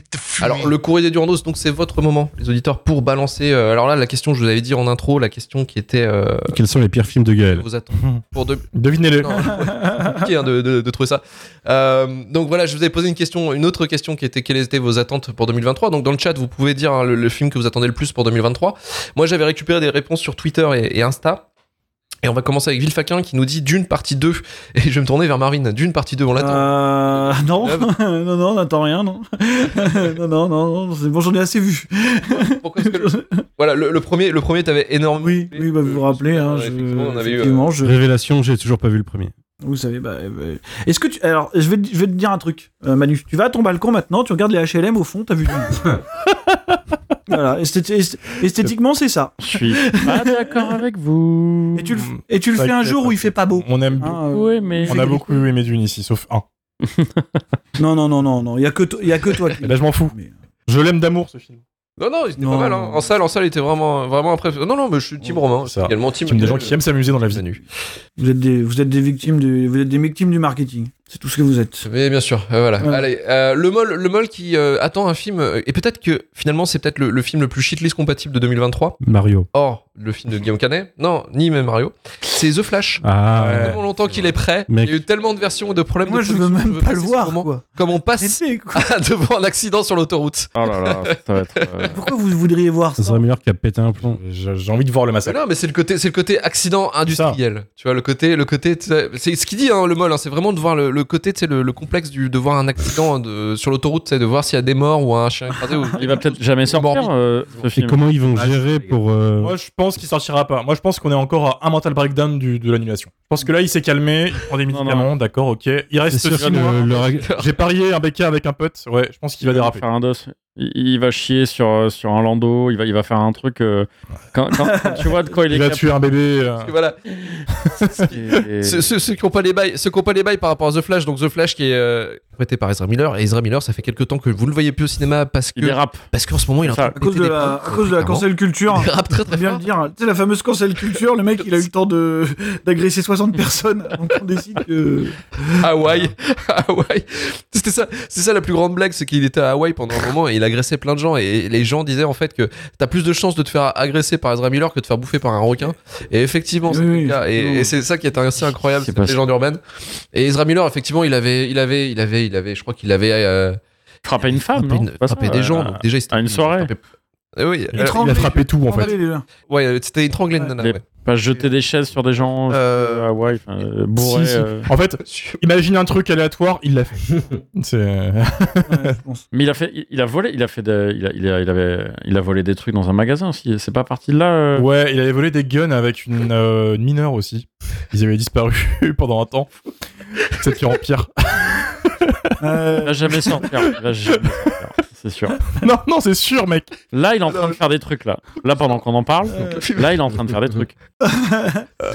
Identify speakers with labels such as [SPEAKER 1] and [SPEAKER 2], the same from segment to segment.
[SPEAKER 1] te fumer.
[SPEAKER 2] Alors, le courrier des Durandos, donc c'est votre moment, les auditeurs, pour balancer. euh, alors là, la question, je vous avais dit en intro, la question qui était. euh,
[SPEAKER 3] Quels sont les pires films de Gaël
[SPEAKER 2] vos attentes pour deux-
[SPEAKER 3] Devinez-le.
[SPEAKER 2] Non, compliqué, hein, de, de- de trouver ça. Euh, donc voilà, je vous avais posé une question, une autre question qui était quelles étaient vos attentes pour 2023. Donc dans le chat, vous pouvez dire hein, le, le film que vous attendez le plus pour 2023. Moi, j'avais récupéré des réponses sur Twitter et, et Insta. Et on va commencer avec Villefaquin qui nous dit Dune partie 2. Et je vais me tourner vers Marine. Dune partie 2, on l'attend.
[SPEAKER 4] Euh, non, non, non, n'attends rien, non. non, non, non, non, c'est bon, j'en ai assez vu.
[SPEAKER 2] Pourquoi est-ce que le- Voilà, le, le premier, le premier, t'avais énormément.
[SPEAKER 4] Ah. oui, oui, bah, vous vous rappelez,
[SPEAKER 2] Euh,
[SPEAKER 4] hein,
[SPEAKER 2] Ouais,
[SPEAKER 4] je-
[SPEAKER 2] effectivement, on avait eu, euh,
[SPEAKER 4] effectivement, je-
[SPEAKER 3] Révélation, j'ai toujours pas vu le premier.
[SPEAKER 4] vous savez, bah, euh, est-ce que tu, alors, je vais, te- je vais te dire un truc, euh, Manu, tu vas à ton balcon maintenant, tu regardes les HLM au fond, t'as vu. voilà, esthé- esthé- esthétiquement, c'est ça.
[SPEAKER 3] Je suis.
[SPEAKER 5] Ah, d'accord avec vous.
[SPEAKER 4] Et tu le, et tu le
[SPEAKER 3] Ça
[SPEAKER 4] fais un
[SPEAKER 3] inquiète,
[SPEAKER 4] jour où il fait pas beau.
[SPEAKER 3] On aime. beaucoup-
[SPEAKER 4] Hein, euh,
[SPEAKER 5] Oui, mais.
[SPEAKER 3] On a beaucoup aimé Dune ici, sauf un.
[SPEAKER 4] Non, non, non, non, non, il y a que, to- il y a que toi. qui-
[SPEAKER 3] Et là, je m'en fous.
[SPEAKER 4] Mais-
[SPEAKER 3] Je l'aime d'amour, ce film.
[SPEAKER 2] Non, non, il était
[SPEAKER 4] Non,
[SPEAKER 2] pas mal. hein.
[SPEAKER 4] non. Oh,
[SPEAKER 2] En salle, en salle, il était vraiment, vraiment impressionnant. Non, non, mais je suis Team
[SPEAKER 3] Ouais,
[SPEAKER 2] Romain.
[SPEAKER 3] c'est ça.
[SPEAKER 2] Également Team.
[SPEAKER 3] C'est des gens qui aiment s'amuser dans la vie.
[SPEAKER 2] Manu.
[SPEAKER 4] Vous êtes des, vous êtes des victimes du, vous êtes des victimes du marketing. C'est tout ce que vous êtes.
[SPEAKER 2] Mais bien sûr, euh, voilà.
[SPEAKER 4] Ouais.
[SPEAKER 2] Allez, euh, le mol, le mol qui euh, attend un film euh, et peut-être que finalement c'est peut-être le, le film le plus shitlist compatible de 2023.
[SPEAKER 3] Mario.
[SPEAKER 2] Or, le film de Guillaume Canet, non, ni même Mario, c'est The Flash.
[SPEAKER 3] Ah.
[SPEAKER 2] Ça fait
[SPEAKER 3] ouais.
[SPEAKER 2] tellement longtemps qu'il est prêt.
[SPEAKER 3] Mec.
[SPEAKER 2] Il y a eu tellement de versions et de problèmes.
[SPEAKER 4] Moi,
[SPEAKER 2] de
[SPEAKER 4] je veux
[SPEAKER 2] production,
[SPEAKER 4] même pas le
[SPEAKER 2] passer ce
[SPEAKER 4] voir,
[SPEAKER 2] moment
[SPEAKER 4] quoi.
[SPEAKER 2] Comme on
[SPEAKER 4] Mais
[SPEAKER 2] passe
[SPEAKER 4] c'est quoi
[SPEAKER 2] devant un accident sur l'autoroute.
[SPEAKER 5] Oh là là, ça va être. euh,
[SPEAKER 4] Pourquoi vous voudriez voir
[SPEAKER 3] Ça
[SPEAKER 4] ça
[SPEAKER 3] serait meilleur qu'à péter un plomb.
[SPEAKER 6] J'ai j'ai envie de voir le
[SPEAKER 2] Mais
[SPEAKER 6] massacre.
[SPEAKER 2] non, mais c'est le côté, c'est le côté accident industriel. Tu vois le côté, le côté, tu sais, c'est ce qu'il dit hein, le mol. hein, c'est vraiment de voir le, le côté, tu sais, le, le complexe du, de voir un accident de- sur l'autoroute, tu sais, de voir s'il y a des morts ou un chien écrasé. ou-
[SPEAKER 5] Il va peut-être jamais sortir
[SPEAKER 2] Morbide.
[SPEAKER 5] euh, ce
[SPEAKER 3] Et
[SPEAKER 5] film.
[SPEAKER 3] comment ils vont
[SPEAKER 6] Ah,
[SPEAKER 3] gérer
[SPEAKER 6] c'est-
[SPEAKER 3] pour. euh,
[SPEAKER 6] Moi, je pense qu'il sortira pas. Moi, je pense qu'on est encore à un mental breakdown du- de l'annulation. Je pense que là, il s'est calmé, il prend des
[SPEAKER 5] Non,
[SPEAKER 6] médicaments, d'accord, ok. Il
[SPEAKER 3] C'est
[SPEAKER 6] reste
[SPEAKER 3] sûr
[SPEAKER 6] six
[SPEAKER 3] que
[SPEAKER 6] mois.
[SPEAKER 3] le- leur-
[SPEAKER 6] J'ai parié un BK avec un pote. Ouais, je pense qu'il va déraper.
[SPEAKER 5] faire un dos. Il, il va chier sur, euh, sur un landau, il va, il va faire un truc. euh, quand, quand- quand tu vois de quoi il est
[SPEAKER 6] Il va
[SPEAKER 5] capable.
[SPEAKER 6] tuer un bébé. euh,
[SPEAKER 2] Et voilà.
[SPEAKER 5] et-
[SPEAKER 2] Ceux, ceux- ceux qui n'ont pas les bails, ceux qui ont pas les bails par rapport à The Flash, donc The Flash qui est euh, interprété par Ezra Miller. Et Ezra Miller, ça fait quelques temps que vous le voyez plus au cinéma parce
[SPEAKER 5] Il
[SPEAKER 2] que
[SPEAKER 5] dérape.
[SPEAKER 2] parce qu'en ce moment il est en
[SPEAKER 5] Ça,
[SPEAKER 2] train
[SPEAKER 4] À cause de
[SPEAKER 2] péter des
[SPEAKER 4] la,
[SPEAKER 2] plombs.
[SPEAKER 4] à cause de la
[SPEAKER 2] Clairement.
[SPEAKER 4] cancel culture.
[SPEAKER 2] Il dérape très
[SPEAKER 4] Faut
[SPEAKER 2] très
[SPEAKER 4] bien le
[SPEAKER 2] bien.
[SPEAKER 4] dire. Tu sais, la fameuse cancel culture, le mec, il a eu le temps de, d'agresser 60 personnes. Donc, on décide que.
[SPEAKER 2] Hawaï, Hawaï. C'était ça, c'est ça la plus grande blague, c'est qu'il était à Hawaï pendant un moment et il agressait plein de gens et les gens disaient en fait que t'as plus de chances de te faire agresser par Ezra Miller que de te faire bouffer par un requin. Et effectivement,
[SPEAKER 4] Oui, oui,
[SPEAKER 2] Et- Et,
[SPEAKER 4] effectivement.
[SPEAKER 2] c'est ça qui est assez incroyable,
[SPEAKER 5] C'est
[SPEAKER 2] cette
[SPEAKER 5] pas ça.
[SPEAKER 2] légende urbaine. Et Ezra Miller, effectivement, il avait, il avait, il avait, il avait, je crois qu'il avait euh,
[SPEAKER 5] Frapper une femme,
[SPEAKER 2] frappé,
[SPEAKER 5] non
[SPEAKER 2] une-
[SPEAKER 5] C'est pas ça,
[SPEAKER 2] frappé des
[SPEAKER 5] euh,
[SPEAKER 2] gens. donc déjà, il s'était-
[SPEAKER 5] à une
[SPEAKER 2] il
[SPEAKER 5] soirée.
[SPEAKER 2] frappait- Eh Oui,
[SPEAKER 4] Il
[SPEAKER 2] euh,
[SPEAKER 3] Il
[SPEAKER 4] tremblait,
[SPEAKER 3] a frappé tout en fait.
[SPEAKER 4] tremblait, les gars.
[SPEAKER 2] ouais, euh, c'était étranglé, une
[SPEAKER 4] Ouais.
[SPEAKER 2] nana.
[SPEAKER 5] Les-
[SPEAKER 2] ouais.
[SPEAKER 5] Pas jeter des chaises sur des gens.
[SPEAKER 2] Euh,
[SPEAKER 5] euh, à Hawaï, enfin, euh, bourré.
[SPEAKER 6] si, si.
[SPEAKER 5] euh.
[SPEAKER 6] En fait, imagine un truc aléatoire, il l'a fait. C'est. euh,
[SPEAKER 4] Ouais, je pense.
[SPEAKER 5] Mais il a fait, il, il a volé, il a fait, des- il, a, il, a- il avait, il a volé des trucs dans un magasin aussi. C'est pas parti de là. euh.
[SPEAKER 6] Ouais, il avait volé des guns avec une, euh, une mineure aussi. Ils avaient disparu pendant un temps. Peut-être qu'il empire.
[SPEAKER 5] Il
[SPEAKER 4] Euh,
[SPEAKER 5] va jamais sortir. Il va jamais sortir. C'est sûr.
[SPEAKER 6] non, non, c'est sûr, mec.
[SPEAKER 5] Là, il est en train de faire des trucs là. Là, pendant qu'on en parle,
[SPEAKER 4] Euh,
[SPEAKER 5] là, il est en train de faire des trucs.
[SPEAKER 4] Ah oui,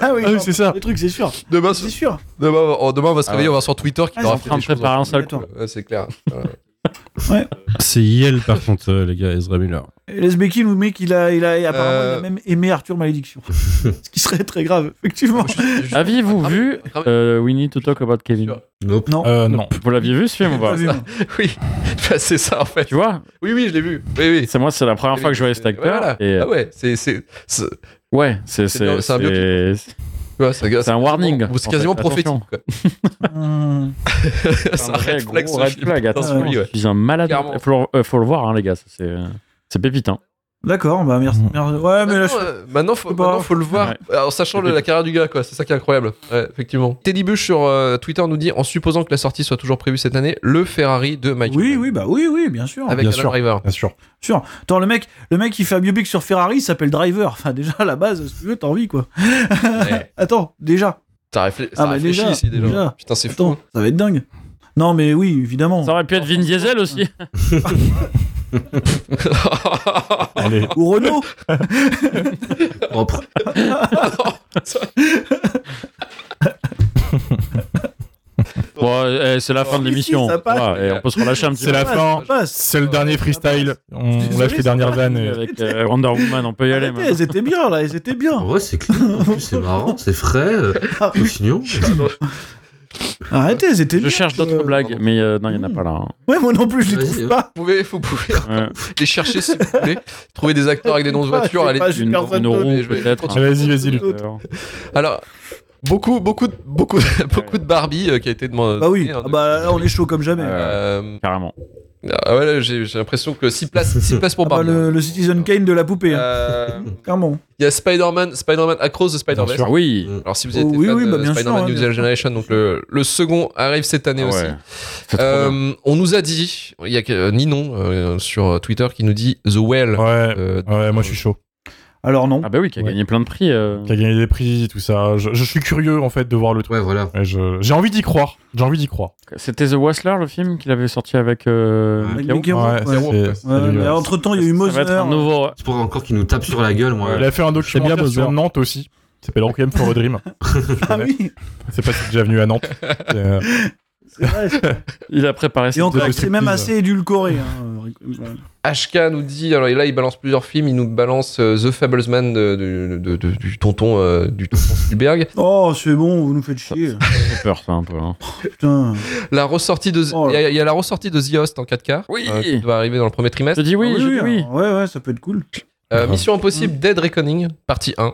[SPEAKER 6] Ah oui,
[SPEAKER 4] non,
[SPEAKER 6] c'est ça.
[SPEAKER 4] Le truc, c'est sûr.
[SPEAKER 2] Demain,
[SPEAKER 4] C'est sûr.
[SPEAKER 2] demain, on- demain, on va se
[SPEAKER 5] Ah
[SPEAKER 2] réveiller,
[SPEAKER 5] ouais.
[SPEAKER 2] on va sur Twitter qui
[SPEAKER 4] Ah,
[SPEAKER 5] Il est
[SPEAKER 2] aura
[SPEAKER 5] en
[SPEAKER 2] fait
[SPEAKER 5] train
[SPEAKER 2] des
[SPEAKER 5] de
[SPEAKER 2] choses.
[SPEAKER 5] préparer un sale coup.
[SPEAKER 4] Attends.
[SPEAKER 2] Ouais, c'est clair. Voilà.
[SPEAKER 3] C'est Yel par contre, euh, les gars, Ezra Miller.
[SPEAKER 4] Lesbeki nous met qu'il a, il a, apparemment,
[SPEAKER 2] Euh.
[SPEAKER 4] il a même aimé Arthur Malédiction. Ce qui serait très grave, effectivement.
[SPEAKER 5] Aviez-vous
[SPEAKER 2] Ah,
[SPEAKER 5] vu
[SPEAKER 2] ah,
[SPEAKER 5] euh, We Need to Talk About Kevin
[SPEAKER 2] Sûr.
[SPEAKER 3] Nope.
[SPEAKER 4] Non.
[SPEAKER 6] Euh, non.
[SPEAKER 5] Vous l'aviez vu ce film ou pas
[SPEAKER 4] Pas vu, moi.
[SPEAKER 2] Oui, Bah, c'est ça en fait.
[SPEAKER 5] Tu vois,
[SPEAKER 2] Oui, oui, je l'ai vu. Oui, oui.
[SPEAKER 5] c'est moi, c'est la première fois que je voyais cet acteur.
[SPEAKER 2] Voilà.
[SPEAKER 5] Et euh,
[SPEAKER 2] Ah ouais, c'est, c'est, c'est- tu
[SPEAKER 5] ouais, c'est
[SPEAKER 2] C'est bien-
[SPEAKER 5] c'est
[SPEAKER 2] c'est un
[SPEAKER 5] c'est
[SPEAKER 2] vois, ça-
[SPEAKER 5] c'est un warning.
[SPEAKER 2] C'est quasiment
[SPEAKER 5] en fait.
[SPEAKER 2] prophétique.
[SPEAKER 5] Attention.
[SPEAKER 2] quoi.
[SPEAKER 4] Hum.
[SPEAKER 2] C'est un
[SPEAKER 5] vrai
[SPEAKER 2] red
[SPEAKER 5] gros
[SPEAKER 2] flag, ce
[SPEAKER 5] red
[SPEAKER 2] film.
[SPEAKER 5] flag,
[SPEAKER 2] Putain,
[SPEAKER 5] attention.
[SPEAKER 2] oui, ouais.
[SPEAKER 5] Je suis un malade.
[SPEAKER 2] Clairement.
[SPEAKER 5] Faut, le- euh, faut le voir, hein, les gars. ça, C'est euh, c'est pépite. Hein.
[SPEAKER 4] D'accord, bah merci. merci. Ouais, mais là, je-
[SPEAKER 2] Maintenant, euh, maintenant, faut,
[SPEAKER 4] je sais pas.
[SPEAKER 2] maintenant, faut le voir en sachant le- la carrière du gars, quoi. C'est ça qui est incroyable. Ouais, effectivement. Teddy Bush sur euh, Twitter nous dit en supposant que la sortie soit toujours prévue cette année, le Ferrari de Michael.
[SPEAKER 4] Oui,
[SPEAKER 2] Bay.
[SPEAKER 4] oui, bah oui, oui, bien sûr.
[SPEAKER 2] Avec
[SPEAKER 6] Bien
[SPEAKER 2] Adam
[SPEAKER 6] sûr.
[SPEAKER 2] Driver.
[SPEAKER 6] Bien sûr.
[SPEAKER 4] Sûr. Attends, le mec, le mec qui fait un biopic sur Ferrari il s'appelle Driver. Enfin, déjà, à la base, si tu veux, t'as envie, quoi.
[SPEAKER 2] Ouais.
[SPEAKER 4] Attends, déjà.
[SPEAKER 2] Ça réfléchit
[SPEAKER 4] Ah, bah, déjà,
[SPEAKER 2] ici déjà.
[SPEAKER 4] déjà.
[SPEAKER 2] Putain, c'est
[SPEAKER 4] Attends,
[SPEAKER 2] fou.
[SPEAKER 4] ça va être dingue. Non, mais oui, évidemment.
[SPEAKER 5] Ça aurait pu être Vin Diesel aussi.
[SPEAKER 2] Ah,
[SPEAKER 6] Allez.
[SPEAKER 4] Ou Renault.
[SPEAKER 7] Propre.
[SPEAKER 5] Bon, eh, c'est la fin
[SPEAKER 4] Oh, Si,
[SPEAKER 5] de
[SPEAKER 4] si,
[SPEAKER 5] l'émission.
[SPEAKER 4] ça passe.
[SPEAKER 5] Voilà, et on peut se relâcher un petit
[SPEAKER 6] C'est
[SPEAKER 5] peu
[SPEAKER 6] la fin.
[SPEAKER 4] Ça passe.
[SPEAKER 6] C'est le dernier freestyle. On
[SPEAKER 4] Désolé,
[SPEAKER 6] lâche les
[SPEAKER 4] c'est
[SPEAKER 6] dernières
[SPEAKER 4] pas
[SPEAKER 6] vannes. et-
[SPEAKER 5] avec euh, Wonder Woman, on peut y aller.
[SPEAKER 4] Arrêtez, elles étaient bien là, elles étaient bien. Ah,
[SPEAKER 1] En vrai, c'est clean. En plus, c'est marrant, c'est frais, euh, c'est mignon.
[SPEAKER 4] Arrêtez, elles étaient
[SPEAKER 5] Je
[SPEAKER 4] bien.
[SPEAKER 5] cherche d'autres hein.
[SPEAKER 4] Euh,
[SPEAKER 5] blagues, mais euh, non, il n'y en a pas là. hein.
[SPEAKER 4] Ouais, moi non plus, je les
[SPEAKER 1] Vas-y,
[SPEAKER 4] trouve
[SPEAKER 1] euh.
[SPEAKER 4] pas.
[SPEAKER 2] Vous pouvez, vous pouvez
[SPEAKER 5] Ouais.
[SPEAKER 2] les chercher si vous voulez. Trouver des acteurs avec des noms de
[SPEAKER 4] Je sais pas,
[SPEAKER 2] voitures.
[SPEAKER 4] je sais
[SPEAKER 2] allez-
[SPEAKER 4] Ah, pas, je suis
[SPEAKER 5] une,
[SPEAKER 4] personne
[SPEAKER 5] une
[SPEAKER 4] d'autre.
[SPEAKER 2] mais
[SPEAKER 5] roue
[SPEAKER 2] je vais-
[SPEAKER 5] peut-être.
[SPEAKER 6] Ah, Vas-y, vas-y, Luc.
[SPEAKER 5] Alors,
[SPEAKER 2] Alors, beaucoup, beaucoup, de- beaucoup, de- beaucoup de Barbie euh, qui a été demandé.
[SPEAKER 4] Bah oui,
[SPEAKER 2] hein,
[SPEAKER 4] ah
[SPEAKER 2] de-
[SPEAKER 4] bah là, on est chaud comme jamais.
[SPEAKER 5] Euh,
[SPEAKER 2] Euh,
[SPEAKER 5] Carrément.
[SPEAKER 2] ah ouais, là, j'ai j'ai l'impression que 6 places, six places pour
[SPEAKER 4] Ah bah,
[SPEAKER 2] Barbie. hein.
[SPEAKER 4] le, le Citizen Kane de la poupée, hein.
[SPEAKER 2] Euh,
[SPEAKER 4] clairement.
[SPEAKER 2] Il y a Spider-Man, Spider-Man Across the Spider-Verse.
[SPEAKER 5] Ah Oui.
[SPEAKER 2] Alors si vous
[SPEAKER 4] Oh,
[SPEAKER 2] êtes
[SPEAKER 4] oui,
[SPEAKER 2] fan
[SPEAKER 4] oui,
[SPEAKER 2] de
[SPEAKER 4] bah, bien sûr,
[SPEAKER 2] Spider-Man
[SPEAKER 4] hein,
[SPEAKER 2] New
[SPEAKER 4] bien
[SPEAKER 2] Zealand
[SPEAKER 4] sûr.
[SPEAKER 2] Generation, donc le, le second arrive cette année
[SPEAKER 5] Ah
[SPEAKER 2] aussi.
[SPEAKER 5] ouais. C'est trop bien.
[SPEAKER 2] Euh, on nous a dit, il y a que- euh, Ninon euh, sur Twitter qui nous dit The Well.
[SPEAKER 6] Ouais.
[SPEAKER 2] Euh,
[SPEAKER 6] Ouais, moi je suis chaud.
[SPEAKER 4] Alors non.
[SPEAKER 5] Ah bah oui, qui a
[SPEAKER 6] Ouais.
[SPEAKER 5] gagné plein de prix. euh.
[SPEAKER 6] Qui a gagné des prix, tout ça. Je, je suis curieux en fait de voir le truc.
[SPEAKER 1] Ouais, voilà.
[SPEAKER 6] Ouais, je- J'ai envie d'y croire. J'ai envie d'y croire.
[SPEAKER 5] C'était The Whistler, le film qu'il avait sorti avec euh,
[SPEAKER 1] Ouais.
[SPEAKER 4] Avec
[SPEAKER 5] Mickey
[SPEAKER 4] Mickey Rourke,
[SPEAKER 6] Ouais,
[SPEAKER 4] ouais.
[SPEAKER 6] c'est- c'est
[SPEAKER 4] Ouais,
[SPEAKER 6] dégueulasse.
[SPEAKER 4] mais entre temps, il y a eu
[SPEAKER 5] Rourke.
[SPEAKER 4] Moser.
[SPEAKER 5] Ça va être un nouveau.
[SPEAKER 1] C'est pour encore qu'il nous tape sur la gueule, moi.
[SPEAKER 6] Il a fait un documentaire
[SPEAKER 3] bien,
[SPEAKER 6] sur
[SPEAKER 3] Bowser.
[SPEAKER 6] Nantes aussi. qui s'appelle Requiem for a Dream.
[SPEAKER 4] Ah oui,
[SPEAKER 6] C'est pas si t'es déjà venu à Nantes. Et, euh,
[SPEAKER 4] c'est vrai.
[SPEAKER 5] Il a préparé
[SPEAKER 4] Et
[SPEAKER 5] ses
[SPEAKER 4] encore,
[SPEAKER 6] de
[SPEAKER 4] c'est même
[SPEAKER 6] striptease.
[SPEAKER 4] assez édulcoré. hein.
[SPEAKER 2] HK nous dit, alors et là il balance plusieurs films, il nous balance euh, The Fablesman de- de- de- de- du tonton euh, du tonton Spielberg,
[SPEAKER 4] Oh, c'est bon, vous nous faites chier.
[SPEAKER 5] peur, ça, un peu. hein.
[SPEAKER 4] Putain.
[SPEAKER 2] la ressortie de
[SPEAKER 4] Oh
[SPEAKER 2] il
[SPEAKER 4] là.
[SPEAKER 2] y, a- il y a la ressortie de The Host en 4K
[SPEAKER 5] Oui.
[SPEAKER 2] qui doit arriver dans le premier
[SPEAKER 5] Je
[SPEAKER 2] trimestre.
[SPEAKER 5] Ah, dis oui,
[SPEAKER 4] Ah
[SPEAKER 5] je dis oui.
[SPEAKER 4] alors, Ouais, ouais, ça peut être cool.
[SPEAKER 2] Euh, Mission Impossible Dead Reckoning partie 1.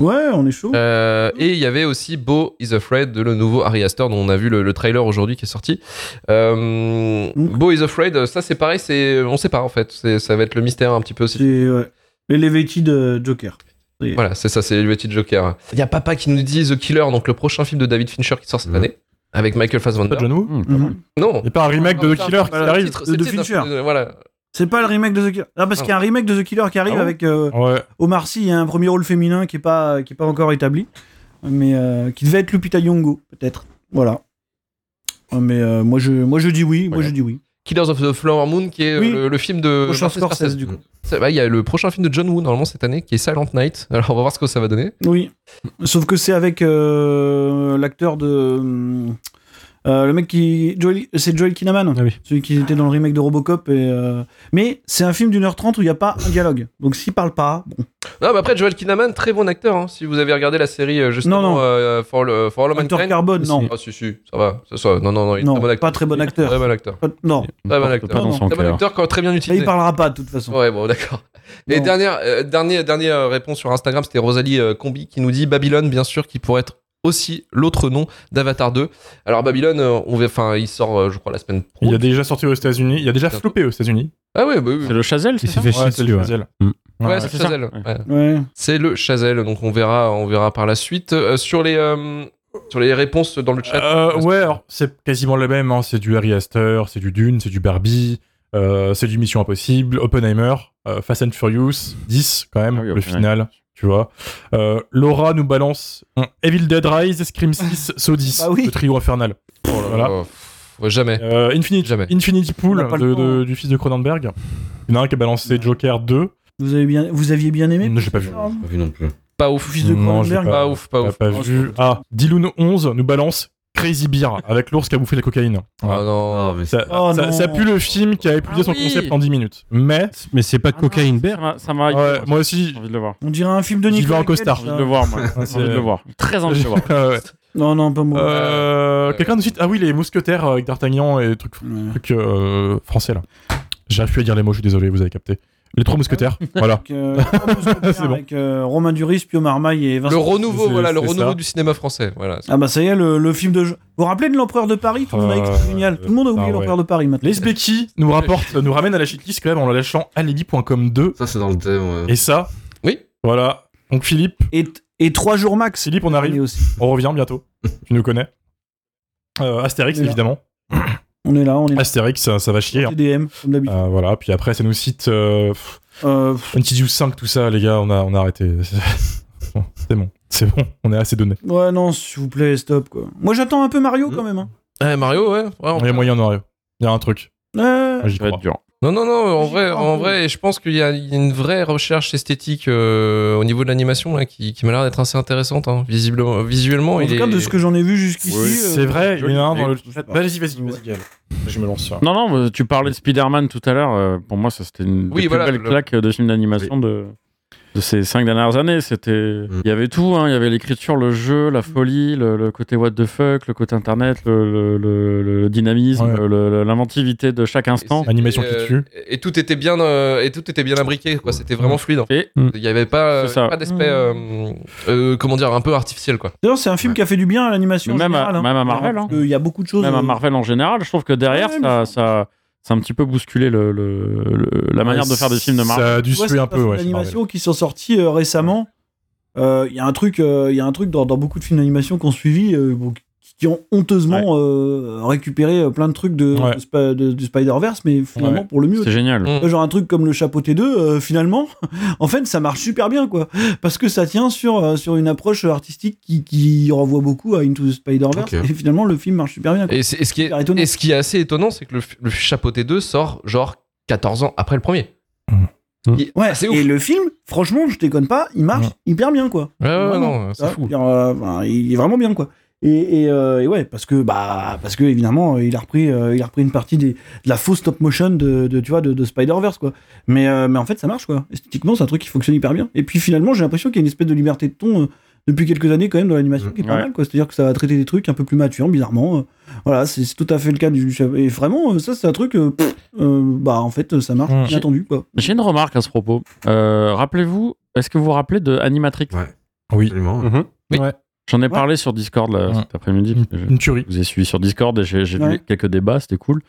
[SPEAKER 4] Ouais, on est chaud.
[SPEAKER 2] Euh, et il y avait aussi Beau is Afraid, de le nouveau Harry Astor, dont on a vu le, le trailer aujourd'hui qui est sorti. Euh,
[SPEAKER 4] Mm.
[SPEAKER 2] Beau is Afraid, ça c'est pareil, c'est on sait pas en fait, C'est- ça va être le mystère un petit peu aussi.
[SPEAKER 4] C'est ouais. l'Elevated euh, Joker.
[SPEAKER 2] Voilà, c'est ça, c'est le petit Joker. Il y a Papa qui nous dit The Killer, donc le prochain film de David Fincher qui sort cette
[SPEAKER 1] Mm.
[SPEAKER 2] année, avec Michael Fassbender.
[SPEAKER 6] pas John Woo
[SPEAKER 5] Hum.
[SPEAKER 4] Mhm.
[SPEAKER 2] Non,
[SPEAKER 6] Il y a pas un remake de The Killer qui
[SPEAKER 2] Voilà, le
[SPEAKER 6] arrive
[SPEAKER 2] titre,
[SPEAKER 4] de
[SPEAKER 2] c'est le titre
[SPEAKER 4] Fincher.
[SPEAKER 2] d'un- Voilà.
[SPEAKER 4] C'est pas le remake de The Killer. Ah, parce
[SPEAKER 2] Ah.
[SPEAKER 4] qu'il y a un remake de The Killer qui arrive
[SPEAKER 6] Ah bon
[SPEAKER 4] avec euh,
[SPEAKER 6] Ouais.
[SPEAKER 4] Omar Sy. Il y a un premier rôle féminin qui est pas, qui est pas encore établi, mais euh, qui devait être Lupita Nyong'o, peut-être. Voilà. Euh, Mais euh, moi, je, moi, je dis oui. Moi,
[SPEAKER 5] Voilà.
[SPEAKER 4] je dis oui.
[SPEAKER 2] Killers of the Flower Moon, qui est euh,
[SPEAKER 4] Oui.
[SPEAKER 2] le, le film de.
[SPEAKER 4] Prochain
[SPEAKER 2] Martin
[SPEAKER 4] Scorsese,
[SPEAKER 2] Scorsese.
[SPEAKER 4] du coup.
[SPEAKER 2] Ça va, Il y a le prochain film de John Woo, normalement, cette année, qui est Silent Night. Alors, on va voir ce que ça va donner.
[SPEAKER 4] Oui. Sauf que c'est avec euh, l'acteur de. euh, le mec qui. Joel- c'est Joel Kinnaman.
[SPEAKER 3] Ah oui.
[SPEAKER 4] Celui qui était dans le remake de Robocop. Et, euh, Mais c'est un film d'une heure trente où il n'y a pas un dialogue. Donc s'il parle pas, bon.
[SPEAKER 2] Non, mais après, Joel Kinnaman, très bon acteur. hein. Si vous avez regardé la série, euh, justement,
[SPEAKER 4] Non, non.
[SPEAKER 2] euh, For, le- For All of
[SPEAKER 4] Hunter
[SPEAKER 2] Mankind.
[SPEAKER 4] Carbone, non.
[SPEAKER 2] Ah, si, si, ça va. Ça, ça, non, non, non, il est
[SPEAKER 4] Non,
[SPEAKER 2] très bon acteur.
[SPEAKER 4] pas très bon acteur.
[SPEAKER 2] Très bon acteur.
[SPEAKER 4] Pas- Non.
[SPEAKER 2] Très bon
[SPEAKER 5] Porte
[SPEAKER 2] acteur.
[SPEAKER 5] Pas dans
[SPEAKER 4] Non,
[SPEAKER 5] son
[SPEAKER 2] Très bon
[SPEAKER 5] cœur.
[SPEAKER 2] acteur, quand- très bien
[SPEAKER 4] Là,
[SPEAKER 2] utilisé.
[SPEAKER 4] il parlera pas de toute façon.
[SPEAKER 2] Ouais, bon, d'accord. Et
[SPEAKER 4] Non.
[SPEAKER 2] dernière, euh, dernière, dernière réponse sur Instagram, c'était Rosalie euh, Combi qui nous dit Babylone, bien sûr, qui pourrait être aussi l'autre nom d'Avatar 2. Alors, Babylone, euh, on va, enfin, il sort, euh, je crois, la semaine
[SPEAKER 6] Il
[SPEAKER 2] prochaine.
[SPEAKER 6] a déjà sorti aux États-Unis. Il a déjà floppé aux États-Unis.
[SPEAKER 2] Ah, ouais, bah oui, oui.
[SPEAKER 5] C'est le Chazelle, c'est
[SPEAKER 3] Il s'est
[SPEAKER 5] ça
[SPEAKER 3] fait
[SPEAKER 6] Ouais,
[SPEAKER 3] chier
[SPEAKER 6] c'est le
[SPEAKER 3] dessus, ouais.
[SPEAKER 6] Chazelle.
[SPEAKER 3] Mm.
[SPEAKER 2] Ouais,
[SPEAKER 6] Ouais.
[SPEAKER 2] c'est
[SPEAKER 5] c'est
[SPEAKER 2] le
[SPEAKER 5] ça.
[SPEAKER 2] Chazelle.
[SPEAKER 5] Ouais.
[SPEAKER 2] Ouais.
[SPEAKER 4] Ouais.
[SPEAKER 2] C'est le Chazelle, donc on verra, on verra par la suite. Euh, sur, les, euh, sur les réponses dans le chat.
[SPEAKER 6] Euh, ouais, alors, c'est quasiment le même. hein. C'est du Harry Astor, c'est du Dune, c'est du Barbie, euh, c'est du Mission Impossible, Oppenheimer, euh, Fast and Furious, 10 quand même,
[SPEAKER 5] Ah oui,
[SPEAKER 6] le
[SPEAKER 5] Oppenheimer.
[SPEAKER 6] final, tu vois. Euh, Laura nous balance hum, Evil Dead Rise, Scream 6, Saw 10,
[SPEAKER 4] Bah oui.
[SPEAKER 6] le trio infernal. voilà.
[SPEAKER 2] Oh, pff, ouais, jamais.
[SPEAKER 6] Euh, Infinity,
[SPEAKER 2] Jamais.
[SPEAKER 6] Infinity
[SPEAKER 4] On
[SPEAKER 6] Pool
[SPEAKER 4] a pas
[SPEAKER 6] de-
[SPEAKER 4] le temps.
[SPEAKER 6] de- du fils de Cronenberg. Il y en a un qui a balancé Joker 2.
[SPEAKER 4] Vous, avez bien... Vous aviez bien aimé
[SPEAKER 6] Non, j'ai pas vu.
[SPEAKER 4] putain.
[SPEAKER 1] Pas vu non plus.
[SPEAKER 2] Pas ouf.
[SPEAKER 4] Fils de
[SPEAKER 6] Non, j'ai
[SPEAKER 4] Cronenberg.
[SPEAKER 6] pas-
[SPEAKER 2] Pas ouf, pas
[SPEAKER 6] T'as
[SPEAKER 2] ouf.
[SPEAKER 6] pas vu. Ah, Diloun 11 nous balance Crazy Beer avec l'ours qui a bouffé la cocaïne.
[SPEAKER 2] Ah non.
[SPEAKER 1] Oh, mais
[SPEAKER 6] Ça,
[SPEAKER 4] Oh
[SPEAKER 6] ça-
[SPEAKER 4] non.
[SPEAKER 6] ça pue le film qui a épuisé
[SPEAKER 5] Ah
[SPEAKER 6] son
[SPEAKER 5] oui.
[SPEAKER 6] concept en 10 minutes. Mais,
[SPEAKER 3] Mais c'est pas
[SPEAKER 5] Ah non,
[SPEAKER 3] Cocaine
[SPEAKER 5] Ça
[SPEAKER 3] Bear. hein.
[SPEAKER 5] m'a- Ça
[SPEAKER 2] Ah,
[SPEAKER 5] m'a.
[SPEAKER 6] ouais, moi aussi,
[SPEAKER 5] J'ai envie de le voir.
[SPEAKER 4] On dirait un film de
[SPEAKER 6] J'y vais
[SPEAKER 4] Nicolas
[SPEAKER 6] en
[SPEAKER 4] Cage,
[SPEAKER 6] costard.
[SPEAKER 5] J'ai
[SPEAKER 4] ça.
[SPEAKER 5] envie de le voir, moi. J'ai
[SPEAKER 6] c'est-
[SPEAKER 5] envie de le voir. Très envie de le voir.
[SPEAKER 6] Ah ouais.
[SPEAKER 4] Non, non, pas moi.
[SPEAKER 6] Euh, Quelqu'un nous cite Ah oui, les mousquetaires avec D'Artagnan et des trucs,
[SPEAKER 4] Ouais.
[SPEAKER 6] trucs, euh, français là. J'arrive plus à dire les mots, je suis désolé, vous avez capté. Les trois mousquetaires, voilà.
[SPEAKER 4] Avec, euh, Robocop,
[SPEAKER 6] bon.
[SPEAKER 4] avec euh, Romain Duris, Pio Marmaille et Vincent.
[SPEAKER 2] Le renouveau,
[SPEAKER 6] c'est-
[SPEAKER 2] voilà, le
[SPEAKER 6] c'est
[SPEAKER 2] renouveau
[SPEAKER 6] ça.
[SPEAKER 2] du cinéma français. Voilà.
[SPEAKER 4] Ah bah ça y est, le, le film de... Vous vous rappelez de l'Empereur de Paris Tout le monde a dit que c'était
[SPEAKER 6] Euh,
[SPEAKER 4] génial. Tout le monde a oublié
[SPEAKER 6] ah ouais.
[SPEAKER 4] l'Empereur de Paris maintenant.
[SPEAKER 6] Les Becky nous rapporte, nous ramène à la shitlist quand même en la lâchant alibi.com 2.
[SPEAKER 1] Ça, c'est dans le
[SPEAKER 5] Euh.
[SPEAKER 1] thème. ouais.
[SPEAKER 6] Et ça,
[SPEAKER 2] Oui.
[SPEAKER 6] voilà. Donc Philippe,
[SPEAKER 4] Et, et trois jours max.
[SPEAKER 6] Philippe, on
[SPEAKER 4] On est,
[SPEAKER 6] arrive,
[SPEAKER 4] aussi.
[SPEAKER 6] on revient bientôt. tu nous connais. Euh, Astérix,
[SPEAKER 4] On est là.
[SPEAKER 6] évidemment.
[SPEAKER 4] on est là, on est là.
[SPEAKER 6] Astérix, ça, ça va chier. hein.
[SPEAKER 4] TDM, comme d'habitude.
[SPEAKER 6] Euh, voilà, puis après, ça nous cite euh,
[SPEAKER 4] Euh, pff,
[SPEAKER 6] Until You 5, tout ça, les gars, on a, on a arrêté. Bon, C'est bon, c'est bon, on est assez donné.
[SPEAKER 4] ouais, non, s'il vous plaît, stop, quoi. Moi, j'attends un peu Mario,
[SPEAKER 1] Mm.
[SPEAKER 4] quand même. hein.
[SPEAKER 2] Eh, Mario, ouais. ouais, on-
[SPEAKER 6] Il y a moyen, Mario. Il y a un truc,
[SPEAKER 4] Euh,
[SPEAKER 6] moi, j'y
[SPEAKER 5] Ça va
[SPEAKER 6] crois.
[SPEAKER 5] être dur.
[SPEAKER 2] Non, non, non, en
[SPEAKER 4] J'y
[SPEAKER 2] vrai,
[SPEAKER 4] crois un
[SPEAKER 2] en
[SPEAKER 4] peu.
[SPEAKER 2] vrai, je pense qu'il y, a il y a une vraie recherche esthétique euh, au niveau de l'animation là, qui, qui m'a l'air d'être assez intéressante, hein, visiblement, visuellement.
[SPEAKER 4] En
[SPEAKER 2] il
[SPEAKER 4] tout cas,
[SPEAKER 2] est-
[SPEAKER 4] de ce que j'en ai vu jusqu'ici. euh,
[SPEAKER 5] Oui,
[SPEAKER 6] C'est vrai, il y en a un dans le
[SPEAKER 4] je sais pas.
[SPEAKER 6] Vas-y, vas-y,
[SPEAKER 4] Ouais.
[SPEAKER 6] vas-y, Gaël. Je me lance sur.
[SPEAKER 5] Non, non, tu parlais de Spider-Man tout à l'heure. euh, Pour moi, ça, c'était une
[SPEAKER 2] Oui,
[SPEAKER 5] des
[SPEAKER 2] voilà,
[SPEAKER 5] plus belles
[SPEAKER 2] le-
[SPEAKER 5] claques euh, de film d'animation de, de ces cinq dernières années. C'était, Il y avait tout. hein, Il y avait l'écriture, le jeu, la folie, le, le côté what the fuck, le côté internet, le, le- le- le dynamisme,
[SPEAKER 6] Ouais.
[SPEAKER 5] le- le- l'inventivité de chaque
[SPEAKER 2] et
[SPEAKER 5] instant.
[SPEAKER 2] c'était,
[SPEAKER 6] Animation qui
[SPEAKER 2] euh,
[SPEAKER 6] tue.
[SPEAKER 2] Et tout était bien, euh, et tout était bien imbriqué, quoi. C'était vraiment fluide. hein. en fait.
[SPEAKER 5] Et
[SPEAKER 2] Il n'y avait pas,
[SPEAKER 5] C'est ça.
[SPEAKER 2] pas d'aspect, euh, euh, comment dire, un peu artificiel, quoi.
[SPEAKER 4] D'ailleurs, c'est un film qui a fait du bien à l'animation. en
[SPEAKER 5] Même à-
[SPEAKER 4] général, hein.
[SPEAKER 5] même à Marvel, hein.
[SPEAKER 4] Parce que Il y a beaucoup de choses.
[SPEAKER 5] même à
[SPEAKER 4] euh,
[SPEAKER 5] Marvel en général, je trouve que derrière,
[SPEAKER 4] Ouais,
[SPEAKER 5] ça, ça, ça a un petit peu bousculé le, le- le- la manière de faire des films de Marvel.
[SPEAKER 6] Ça a dû
[SPEAKER 4] Tu vois,
[SPEAKER 6] suer
[SPEAKER 4] c'est
[SPEAKER 6] un
[SPEAKER 4] pas
[SPEAKER 6] peu,
[SPEAKER 4] fait
[SPEAKER 6] ouais. chez Marvel.
[SPEAKER 4] d'animation qui sont sortis euh, récemment. Euh, Il y a un truc, euh, il y a un truc dans, dans beaucoup de films d'animation qu'on suivi euh, bon, qui- qui ont honteusement euh, récupéré euh, plein de trucs de,
[SPEAKER 6] Ouais.
[SPEAKER 4] de Spa- de- du Spider-Verse, mais finalement
[SPEAKER 6] Ouais.
[SPEAKER 4] pour le mieux.
[SPEAKER 5] C'est génial.
[SPEAKER 2] Mm.
[SPEAKER 4] Genre un truc comme le chapeau T2, euh, finalement, en fait, ça marche super bien, quoi. Parce que ça tient sur, euh, sur une approche artistique qui, qui renvoie beaucoup à Into the Spider-Verse.
[SPEAKER 1] Ok.
[SPEAKER 4] Et finalement, le film marche super bien. quoi.
[SPEAKER 2] Et, c'est- et ce qui est,
[SPEAKER 4] Super étonnant.
[SPEAKER 2] et ce qui est assez étonnant, c'est que le, f- le Chapeauté 2 sort genre 14 ans après le premier.
[SPEAKER 6] Mhm.
[SPEAKER 2] Il-
[SPEAKER 4] Ouais,
[SPEAKER 2] c'est ouf.
[SPEAKER 4] et le film, franchement, je déconne pas, il marche
[SPEAKER 6] Ouais.
[SPEAKER 4] hyper bien, quoi.
[SPEAKER 2] Ouais, ouais, ouais,
[SPEAKER 4] Vraiment.
[SPEAKER 2] non, c'est
[SPEAKER 4] Ah,
[SPEAKER 2] fou.
[SPEAKER 4] dire, euh, enfin, il est vraiment bien quoi. Et, et, euh, et ouais, parce que bah parce que évidemment euh, il a repris euh, il a repris une partie des, de la fausse stop motion de, de, tu vois de, de Spider Verse quoi. Mais euh, mais en fait ça marche quoi. Esthétiquement c'est un truc qui fonctionne hyper bien. Et puis finalement j'ai l'impression qu'il y a une espèce de liberté de ton euh, depuis quelques années quand même dans l'animation qui est pas
[SPEAKER 5] Mmh, Ouais.
[SPEAKER 4] mal quoi. C'est-à-dire que ça va traiter des trucs un peu plus matures bizarrement. euh, voilà c'est c'est tout à fait le cas du du- et vraiment euh, ça c'est un truc euh, pff, euh, bah en fait ça marche
[SPEAKER 6] Mm.
[SPEAKER 4] inattendu quoi.
[SPEAKER 5] Mmh. J'ai une remarque à ce propos. Euh, Rappelez-vous, est-ce que vous vous rappelez de Animatrix
[SPEAKER 1] Ouais.
[SPEAKER 6] Oui.
[SPEAKER 1] Absolument.
[SPEAKER 5] J'en ai
[SPEAKER 4] Ouais. Mm.
[SPEAKER 5] parlé sur Discord là,
[SPEAKER 6] Ouais.
[SPEAKER 5] cet après-midi.
[SPEAKER 6] Une-
[SPEAKER 5] parce que je-
[SPEAKER 6] Une tuerie.
[SPEAKER 5] vous ai suivi sur Discord et j'ai j'ai
[SPEAKER 4] Ouais.
[SPEAKER 5] lu quelques débats, c'était cool.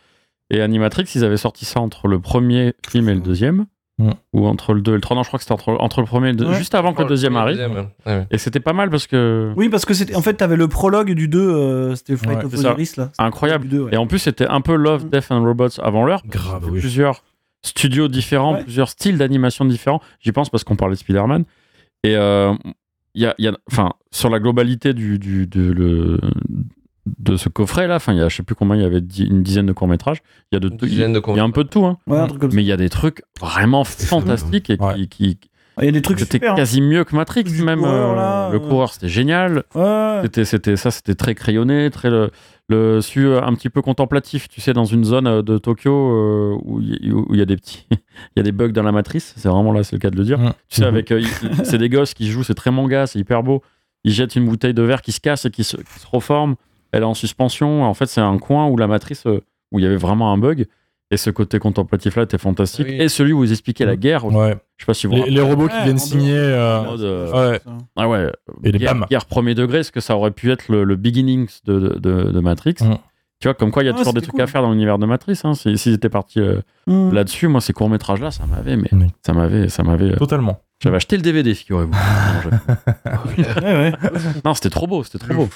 [SPEAKER 5] Et Animatrix, ils avaient sorti ça entre le premier film et le deuxième,
[SPEAKER 6] Ouais.
[SPEAKER 5] ou entre le deux et le trois. Non, je crois que c'était entre, entre le premier et le deux,
[SPEAKER 4] Ouais.
[SPEAKER 5] juste avant que le deuxième arrive.
[SPEAKER 2] ouais.
[SPEAKER 5] Et c'était pas mal parce que
[SPEAKER 4] Oui parce que c'était en fait t'avais le prologue du 2 euh, c'était Flight
[SPEAKER 6] Ouais,
[SPEAKER 4] of
[SPEAKER 5] c'est ça.
[SPEAKER 4] Osiris là.
[SPEAKER 5] incroyable.
[SPEAKER 4] Du deux, ouais.
[SPEAKER 5] Et en plus, c'était un peu Love,
[SPEAKER 4] Mm.
[SPEAKER 5] Death and Robots avant l'heure.
[SPEAKER 1] Grave, oui.
[SPEAKER 5] Plusieurs studios différents,
[SPEAKER 4] Ouais.
[SPEAKER 5] plusieurs styles d'animation différents. J'y pense parce qu'on parlait de Spider-Man. Et euh, il y a, il y a- enfin, sur la globalité du, du- de, le- de ce coffret là, enfin, il y a, je sais plus combien, il y avait dix- une dizaine de courts-métrages. Il y a de
[SPEAKER 2] Une
[SPEAKER 5] tout- il-
[SPEAKER 2] dizaine de
[SPEAKER 5] il y a un peu de tout, hein.
[SPEAKER 4] Ouais, un truc comme ça.
[SPEAKER 5] Mais il y a des trucs vraiment fantastiques et
[SPEAKER 6] Ouais.
[SPEAKER 5] qui, qui,
[SPEAKER 4] Il y a des trucs
[SPEAKER 5] qui étaient
[SPEAKER 4] hein. super. hein.
[SPEAKER 5] quasi mieux que Matrix
[SPEAKER 4] Du
[SPEAKER 5] même.
[SPEAKER 4] coureur,
[SPEAKER 5] euh,
[SPEAKER 4] là,
[SPEAKER 5] le
[SPEAKER 4] euh.
[SPEAKER 5] coureur, c'était génial.
[SPEAKER 4] hein. Ouais.
[SPEAKER 5] C'était, c'était, ça, c'était très crayonné, très le, le su euh, un petit peu contemplatif. Tu sais, dans une zone euh, de Tokyo euh, où il y- où il y a des petits, il y a des bugs dans la matrice. C'est vraiment là, c'est le cas de le dire.
[SPEAKER 6] Mm.
[SPEAKER 5] Tu sais,
[SPEAKER 6] Mhm.
[SPEAKER 5] avec, euh, il- c'est des gosses qui jouent, c'est très manga, c'est hyper beau. Ils jettent une bouteille de verre qui se casse et qui se, qui se reforme. Elle est en suspension. En fait, c'est un coin où la matrice, euh, où il y avait vraiment un bug. Et ce côté contemplatif là était fantastique.
[SPEAKER 2] Oui.
[SPEAKER 5] Et celui où ils expliquaient la guerre.
[SPEAKER 6] Mhm. Ouais.
[SPEAKER 5] Je sais pas si vous. vous
[SPEAKER 6] Les, les robots qui
[SPEAKER 4] Ouais,
[SPEAKER 6] viennent
[SPEAKER 4] en
[SPEAKER 6] signer.
[SPEAKER 5] rappelez, en
[SPEAKER 6] euh,
[SPEAKER 5] mode, euh,
[SPEAKER 6] Ouais.
[SPEAKER 5] ah ouais.
[SPEAKER 6] Et les
[SPEAKER 5] guerre,
[SPEAKER 6] bam.
[SPEAKER 5] guerre premier degré, ce que ça aurait pu être le, le beginnings de, de, de- de Matrix.
[SPEAKER 6] Mm.
[SPEAKER 5] Tu vois, comme quoi il y a
[SPEAKER 4] Ah,
[SPEAKER 5] toujours des
[SPEAKER 4] c'était
[SPEAKER 5] trucs
[SPEAKER 4] cool.
[SPEAKER 5] à faire dans l'univers de Matrix. Hein. Si- S'ils étaient partis euh,
[SPEAKER 4] Mm.
[SPEAKER 5] là-dessus, moi, ces courts-métrages-là, ça m'avait, mais
[SPEAKER 6] Oui. Mm.
[SPEAKER 5] ça m'avait, ça m'avait. euh,
[SPEAKER 6] Totalement.
[SPEAKER 5] J'avais acheté le DVD, figurez-vous. Non, je-
[SPEAKER 4] Ouais, ouais.
[SPEAKER 5] non, c'était trop beau, c'était trop beau.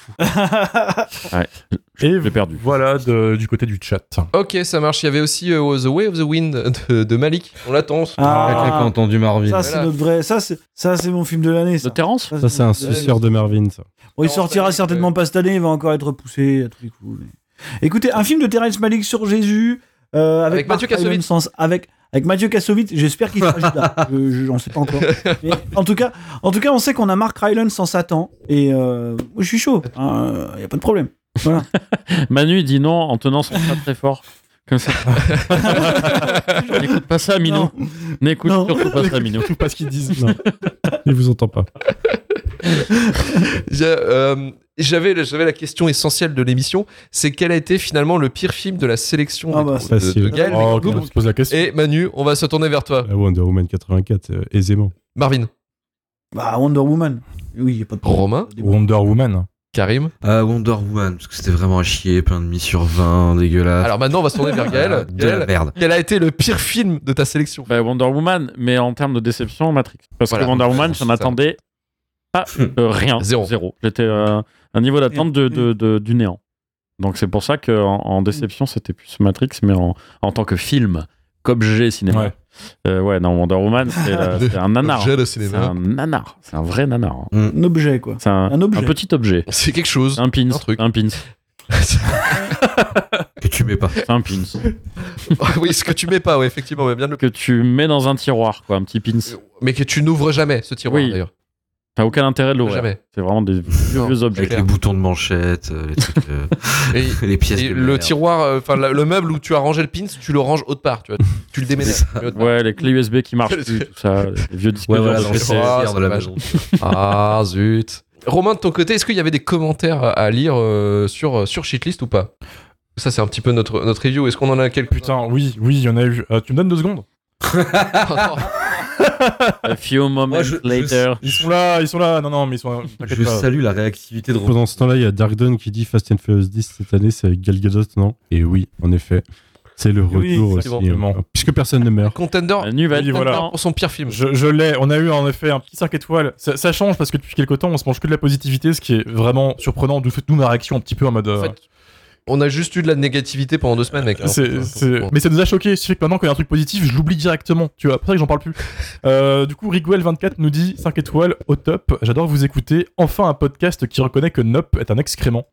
[SPEAKER 6] Et
[SPEAKER 5] J'ai perdu.
[SPEAKER 6] Voilà de- du côté du chat.
[SPEAKER 2] Ok, ça marche. Il y avait aussi euh, The Way of the Wind de, de Malik. On l'attend.
[SPEAKER 1] Quelqu'un qui a
[SPEAKER 4] Ah,
[SPEAKER 1] entendu Marvin.
[SPEAKER 4] ça c'est
[SPEAKER 2] Voilà.
[SPEAKER 4] notre vrai. Ça c'est ça c'est mon film de l'année.
[SPEAKER 5] De
[SPEAKER 4] Ça.
[SPEAKER 5] Terence
[SPEAKER 3] Ça, c'est un
[SPEAKER 4] mon film de l'année.
[SPEAKER 3] suceur de Marvin, ça.
[SPEAKER 4] Bon, il sortira
[SPEAKER 2] Terrence Malick,
[SPEAKER 4] certainement pas cette année. Il va encore être repoussé à tous les coups. mais- Écoutez, un film de Terrence Malick sur Jésus euh, avec,
[SPEAKER 2] Avec Mathieu
[SPEAKER 4] Mark
[SPEAKER 2] Kassovitz.
[SPEAKER 4] Rylance, avec avec Mathieu Kassovitz. J'espère qu'il sera juste là. Je- je- J'en sais pas encore. Mais en tout cas, en tout cas, on sait qu'on a Mark Rylance sans Satan. Et euh, moi, je suis chaud. Il y a pas de problème.
[SPEAKER 5] Manu il dit non en tenant son chat très fort. Comme ça. N'écoute pas ça, Minou. N'écoute
[SPEAKER 4] Non.
[SPEAKER 5] surtout pas ça, Minou.
[SPEAKER 6] Tout pas ce qu'ils disent.
[SPEAKER 3] Non. Il vous entend pas.
[SPEAKER 2] J'ai, euh, J'avais j'avais la question essentielle de l'émission c'est quel a été finalement le pire film de la sélection
[SPEAKER 4] Ah
[SPEAKER 2] de-
[SPEAKER 4] bah,
[SPEAKER 2] de- de,
[SPEAKER 3] facile.
[SPEAKER 2] Gaël
[SPEAKER 6] Oh,
[SPEAKER 2] Goub.
[SPEAKER 6] on se pose la question.
[SPEAKER 2] Et Manu, on va se tourner vers toi.
[SPEAKER 3] La Ah, Wonder Woman 84, euh, aisément.
[SPEAKER 2] Marvin,
[SPEAKER 4] Bah Wonder Woman. Oui, il y a pas de problème.
[SPEAKER 2] Romain,
[SPEAKER 6] Wonder Woman.
[SPEAKER 2] Karim.
[SPEAKER 1] Euh, Wonder Woman, parce que c'était vraiment à chier, plein de mis sur 20, dégueulasse.
[SPEAKER 2] Alors maintenant, on va se tourner vers
[SPEAKER 1] Ah,
[SPEAKER 2] Gaël.
[SPEAKER 1] de la
[SPEAKER 2] Gaël,
[SPEAKER 1] merde.
[SPEAKER 2] quel a été le pire film de ta sélection
[SPEAKER 5] Bah, Wonder Woman, mais en termes de déception, Matrix. Parce
[SPEAKER 2] Voilà.
[SPEAKER 5] que Wonder Woman,
[SPEAKER 2] C'est
[SPEAKER 5] j'en
[SPEAKER 2] ça. Hmm.
[SPEAKER 5] attendais pas euh, rien.
[SPEAKER 2] Zéro.
[SPEAKER 5] J'étais euh, un niveau d'attente de, de- de- du néant. Donc c'est pour ça qu'en en, en déception, c'était plus Matrix, mais en, en tant que film, qu'objet cinéma.
[SPEAKER 6] Ouais.
[SPEAKER 5] Euh, ouais, non, Wonder Woman, c'est euh, c'est un nanar.
[SPEAKER 2] Objet de
[SPEAKER 5] C'est
[SPEAKER 2] cinéma.
[SPEAKER 5] un nanar. C'est un vrai nanar. hein.
[SPEAKER 4] Un objet quoi.
[SPEAKER 5] C'est un,
[SPEAKER 4] Un objet.
[SPEAKER 5] un petit objet.
[SPEAKER 2] C'est quelque chose.
[SPEAKER 5] Un pin.
[SPEAKER 2] Un truc.
[SPEAKER 5] Un pin.
[SPEAKER 1] que tu mets pas.
[SPEAKER 5] C'est un pins.
[SPEAKER 2] oui, ce que tu mets pas, ouais, effectivement, mais bien de le.
[SPEAKER 5] Que tu mets dans un tiroir, quoi, un petit pins.
[SPEAKER 2] Mais que tu n'ouvres jamais ce tiroir
[SPEAKER 5] Oui.
[SPEAKER 2] d'ailleurs.
[SPEAKER 5] T'as aucun intérêt de l'ouvrir.
[SPEAKER 2] Jamais.
[SPEAKER 5] C'est vraiment des vieux,
[SPEAKER 2] Non.
[SPEAKER 5] vieux objets.
[SPEAKER 1] Avec les boutons de manchette, euh, les trucs, euh,
[SPEAKER 2] Et-
[SPEAKER 1] les pièces
[SPEAKER 2] et
[SPEAKER 1] de
[SPEAKER 2] le
[SPEAKER 1] merde.
[SPEAKER 2] tiroir, euh, enfin la- le meuble où tu as rangé le pins, tu le ranges autre part, tu vois. Tu le déménages. mais autre part.
[SPEAKER 5] Ouais, les clés USB qui marchent plus, tout ça, les vieux disques
[SPEAKER 1] Ouais,
[SPEAKER 5] durs
[SPEAKER 1] voilà,
[SPEAKER 5] de
[SPEAKER 1] dans le
[SPEAKER 5] PC.
[SPEAKER 2] Ah,
[SPEAKER 1] tiroir de la
[SPEAKER 2] c'est
[SPEAKER 1] maison.
[SPEAKER 2] Ah zut. Romain, de ton côté, est-ce qu'il y avait des commentaires à lire euh, sur, sur Shitlist ou pas Ça, c'est un petit peu notre, notre review. Est-ce qu'on en a quelques
[SPEAKER 6] Putain, oui, oui, il y en a eu. Euh, tu me donnes deux secondes
[SPEAKER 5] A few moments
[SPEAKER 1] Moi, je- je-
[SPEAKER 5] later.
[SPEAKER 6] Ils sont là, ils sont là. Non, non, mais ils sont.
[SPEAKER 1] Je
[SPEAKER 6] T'inquiète pas.
[SPEAKER 1] salue la réactivité de Romain.
[SPEAKER 3] Pendant ce temps-là, il y a Dark Dawn qui dit Fast and Furious 10 cette année, c'est avec Gal Gadot, non Et oui, en effet. C'est le
[SPEAKER 6] Oui,
[SPEAKER 3] retour aussi.
[SPEAKER 6] exactement.
[SPEAKER 3] hein. Puisque personne ne meurt.
[SPEAKER 2] Contender
[SPEAKER 5] La nuit va
[SPEAKER 6] Oui,
[SPEAKER 5] être
[SPEAKER 6] voilà.
[SPEAKER 5] content.
[SPEAKER 2] pour son pire film.
[SPEAKER 6] Je, je l'ai. On a eu en effet un petit 5 étoiles. Ça, ça change parce que depuis quelques temps, on se mange que de la positivité, ce qui est vraiment surprenant. D'où d'où ma réaction un petit peu en mode. euh,
[SPEAKER 2] En fait, on a juste eu de la négativité pendant deux semaines, mec.
[SPEAKER 6] c'est-
[SPEAKER 2] Bon.
[SPEAKER 6] c'est- Mais ça nous a choqué. C'est que maintenant quand il y a un truc positif, je l'oublie directement. Tu vois, c'est pour ça que j'en parle plus. Euh, du coup, Rigwell24 nous dit 5 étoiles au top. J'adore vous écouter. Enfin, un podcast qui reconnaît que Nop est un excrément.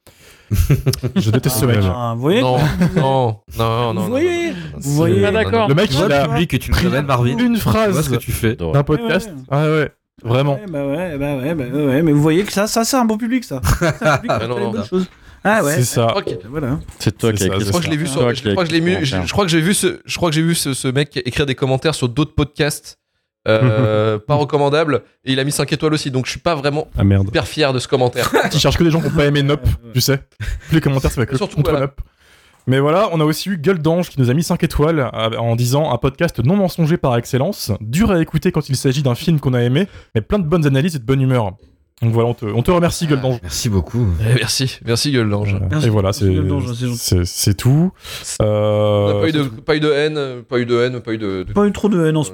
[SPEAKER 6] je déteste ce mec.
[SPEAKER 4] Ah, vous voyez
[SPEAKER 2] Non, non, non, non, non.
[SPEAKER 4] Vous voyez
[SPEAKER 2] non, non, non.
[SPEAKER 4] Vous voyez
[SPEAKER 5] Pas d'accord.
[SPEAKER 6] Le mec,
[SPEAKER 1] Tu vois
[SPEAKER 6] il
[SPEAKER 1] le
[SPEAKER 6] a
[SPEAKER 1] public que tu nous amènes, Marvin.
[SPEAKER 6] une
[SPEAKER 1] Tu vois ce
[SPEAKER 6] phrase
[SPEAKER 1] que tu fais.
[SPEAKER 6] d'un podcast.
[SPEAKER 4] Ouais, ouais.
[SPEAKER 6] Ah ouais, vraiment.
[SPEAKER 4] Ouais, bah ouais, bah ouais, bah ouais, mais vous voyez que ça, ça c'est un bon public, ça. C'est un public qui
[SPEAKER 2] Ah non,
[SPEAKER 4] fait les
[SPEAKER 2] non.
[SPEAKER 4] bonnes choses. Ah ouais.
[SPEAKER 6] C'est ça.
[SPEAKER 2] Ok.
[SPEAKER 4] Voilà.
[SPEAKER 5] C'est toi
[SPEAKER 6] C'est
[SPEAKER 5] qui
[SPEAKER 6] ça,
[SPEAKER 5] as écrit
[SPEAKER 6] c'est
[SPEAKER 2] Je crois que je l'ai vu, sur- je crois que je l'ai vu, je je crois que j'ai vu ce, je crois que j'ai vu ce, ce mec écrire des commentaires sur d'autres podcasts, euh, pas recommandables, et il a mis 5 étoiles aussi, donc je suis pas vraiment
[SPEAKER 3] Ah merde.
[SPEAKER 2] hyper fier de ce commentaire.
[SPEAKER 6] Tu cherches que des gens qui n'ont pas aimé Nop,
[SPEAKER 4] Ouais, ouais.
[SPEAKER 6] tu sais. Tous les commentaires, ça va que
[SPEAKER 2] Surtout,
[SPEAKER 6] contre
[SPEAKER 2] voilà.
[SPEAKER 6] Nop. Mais voilà, on a aussi eu Gueule d'Ange qui nous a mis 5 étoiles euh, en disant un podcast non mensonger par excellence, dur à écouter quand il s'agit d'un film qu'on a aimé, mais plein de bonnes analyses et de bonne humeur. Donc voilà, on te, on te remercie Gueule d'Ange.
[SPEAKER 1] Merci beaucoup.
[SPEAKER 2] Eh, merci, merci gueule d'ange.
[SPEAKER 4] Merci.
[SPEAKER 6] Et voilà, c'est-
[SPEAKER 4] Gueule d'Ange, c'est gentil.
[SPEAKER 6] c'est c'est tout.
[SPEAKER 2] On
[SPEAKER 6] Euh,
[SPEAKER 2] a pas eu de, pas eu de haine, euh, pas eu de haine, pas eu de. de-
[SPEAKER 4] Pas eu trop de haine en ce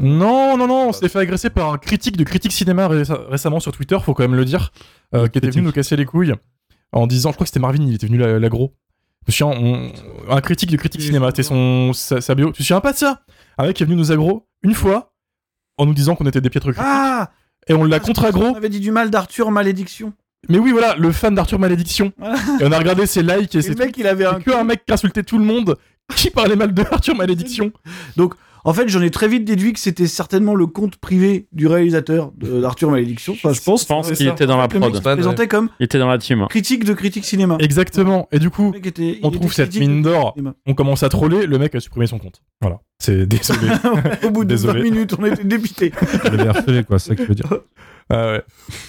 [SPEAKER 6] Non,
[SPEAKER 4] moment.
[SPEAKER 6] non, non, on s'est fait agresser par un critique de Critique Cinéma ré- récemment sur Twitter, faut quand même le dire, euh, qui était venu nous casser les couilles en disant, je crois que c'était Marvin, il était venu la- l'agro. Je me souviens, on- un critique de Critique
[SPEAKER 4] Oui,
[SPEAKER 6] Cinéma,
[SPEAKER 4] je
[SPEAKER 6] c'était son, sa, sa bio. Tu te souviens pas de ça Un mec est venu nous agro une fois en nous disant qu'on était des piètres critiques
[SPEAKER 4] Ah
[SPEAKER 6] et on l'a
[SPEAKER 4] On
[SPEAKER 6] contre-agro.
[SPEAKER 4] avait dit du mal d'Arthur, malédiction.
[SPEAKER 6] Mais oui, voilà, le fan d'Arthur Malédiction.
[SPEAKER 4] Voilà.
[SPEAKER 6] Et on a regardé ses likes et
[SPEAKER 4] Et
[SPEAKER 6] ses
[SPEAKER 4] le mec, il avait un.
[SPEAKER 6] tweets. que un mec qui insultait tout le monde qui parlait mal de Arthur Malédiction.
[SPEAKER 4] En fait, j'en ai très vite déduit que c'était certainement le compte privé du réalisateur de- d'Arthur Malédiction. Enfin, je pense.
[SPEAKER 5] Je pense
[SPEAKER 4] C'est
[SPEAKER 5] qu'il
[SPEAKER 4] ça.
[SPEAKER 5] était dans la
[SPEAKER 4] Le mec
[SPEAKER 5] prod.
[SPEAKER 4] se présentait comme
[SPEAKER 5] Il était dans la team. hein.
[SPEAKER 4] critique de critique cinéma.
[SPEAKER 6] Exactement. Et du coup,
[SPEAKER 4] Le mec était- il
[SPEAKER 6] on
[SPEAKER 4] était
[SPEAKER 6] trouve cette
[SPEAKER 4] critique de
[SPEAKER 6] mine d'or.
[SPEAKER 4] critique cinéma.
[SPEAKER 6] on commence à troller, le mec a supprimé son compte. Voilà. C'est désolé.
[SPEAKER 4] Au bout de 20
[SPEAKER 6] Désolé.
[SPEAKER 4] minutes, on était dépités.
[SPEAKER 3] Il avait harcelé, quoi, c'est ça que je veux dire.
[SPEAKER 6] ah ouais.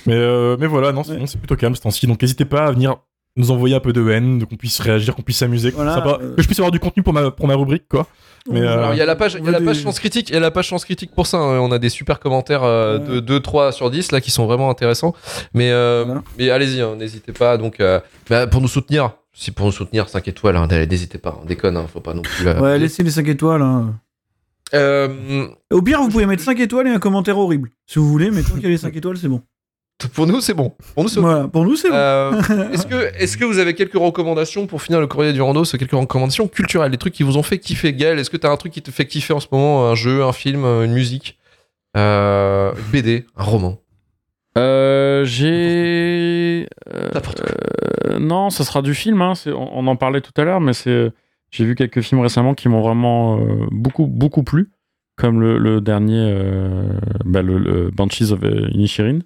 [SPEAKER 6] Mais, euh, mais voilà, non, sinon, c'est plutôt calme ce temps-ci. Donc n'hésitez pas à venir nous envoyer un peu de haine, qu'on puisse réagir, qu'on puisse s'amuser, que ce
[SPEAKER 4] Voilà,
[SPEAKER 6] soit sympa,
[SPEAKER 4] euh.
[SPEAKER 6] que je puisse avoir du contenu pour ma, pour ma rubrique, quoi. Mais, euh,
[SPEAKER 2] Alors, Ah, il y a la page,
[SPEAKER 4] on
[SPEAKER 2] il y a la
[SPEAKER 4] veut
[SPEAKER 2] page
[SPEAKER 4] des-
[SPEAKER 2] chance critique, il y a la page chance critique pour ça. hein. On a des super commentaires euh,
[SPEAKER 4] Ouais.
[SPEAKER 2] de 2, 3 sur 10 là qui sont vraiment intéressants. Mais, euh,
[SPEAKER 4] Voilà.
[SPEAKER 2] mais allez-y, hein, n'hésitez pas. Donc, euh, bah, pour nous soutenir, si pour nous soutenir 5 étoiles, hein, d'aller- n'hésitez pas, on déconne, hein, faut pas non plus. euh,
[SPEAKER 4] Ouais, laissez les 5 étoiles. hein.
[SPEAKER 2] Euh,
[SPEAKER 4] Au pire, vous pouvez mettre 5 étoiles et un commentaire horrible. Si vous voulez, mais tant qu'il y a les 5 étoiles, c'est bon.
[SPEAKER 2] pour nous, c'est bon. Pour nous, c'est
[SPEAKER 4] Voilà, pour nous, c'est bon.
[SPEAKER 2] Euh, est-ce que, est-ce que vous avez quelques recommandations pour finir le courrier du rando C'est quelques recommandations culturelles, des trucs qui vous ont fait kiffer. Gaël, est-ce que t'as un truc qui te fait kiffer en ce moment Un jeu, un film, une musique euh, Une BD, un roman
[SPEAKER 5] Euh, j'ai. euh,
[SPEAKER 2] N'importe
[SPEAKER 5] euh, non, ça sera du film. hein, c'est- On, on en parlait tout à l'heure, mais c'est. J'ai vu quelques films récemment qui m'ont vraiment euh, beaucoup beaucoup plu, comme le, le dernier, euh, bah, le, le Banshees of euh, Inisherin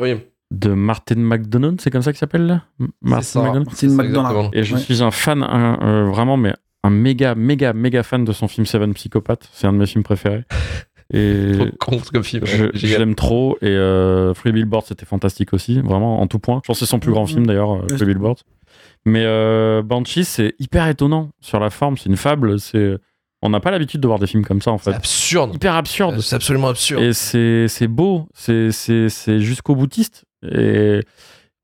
[SPEAKER 2] Oui,
[SPEAKER 5] de Martin McDonald, c'est comme ça qu'il s'appelle là M- Martin
[SPEAKER 2] ça.
[SPEAKER 5] McDonagh
[SPEAKER 4] C'est une
[SPEAKER 2] ça,
[SPEAKER 4] McDonald's.
[SPEAKER 2] exactement.
[SPEAKER 5] Et je
[SPEAKER 4] Ouais.
[SPEAKER 5] suis un fan, un, euh, vraiment, mais un méga, méga, méga fan de son film Seven Psychopathe. C'est un de mes films préférés. Et
[SPEAKER 2] Trop con comme film.
[SPEAKER 5] je, je
[SPEAKER 2] Génial.
[SPEAKER 5] l'aime trop. Et euh, Free Billboard, c'était fantastique aussi, vraiment en tout point. Je pense que c'est son plus grand film d'ailleurs, euh,
[SPEAKER 4] Mm-hmm. Ouais.
[SPEAKER 5] Free Billboard. Mais euh, Banshee, c'est hyper étonnant sur la forme. C'est une fable. C'est on n'a pas l'habitude de voir des films comme ça en
[SPEAKER 2] C'est
[SPEAKER 5] fait.
[SPEAKER 2] absurde.
[SPEAKER 5] Hyper
[SPEAKER 4] Euh,
[SPEAKER 5] absurde.
[SPEAKER 2] C'est absolument absurde.
[SPEAKER 5] Et c'est c'est beau, c'est- c'est c'est jusqu'au boutiste. Et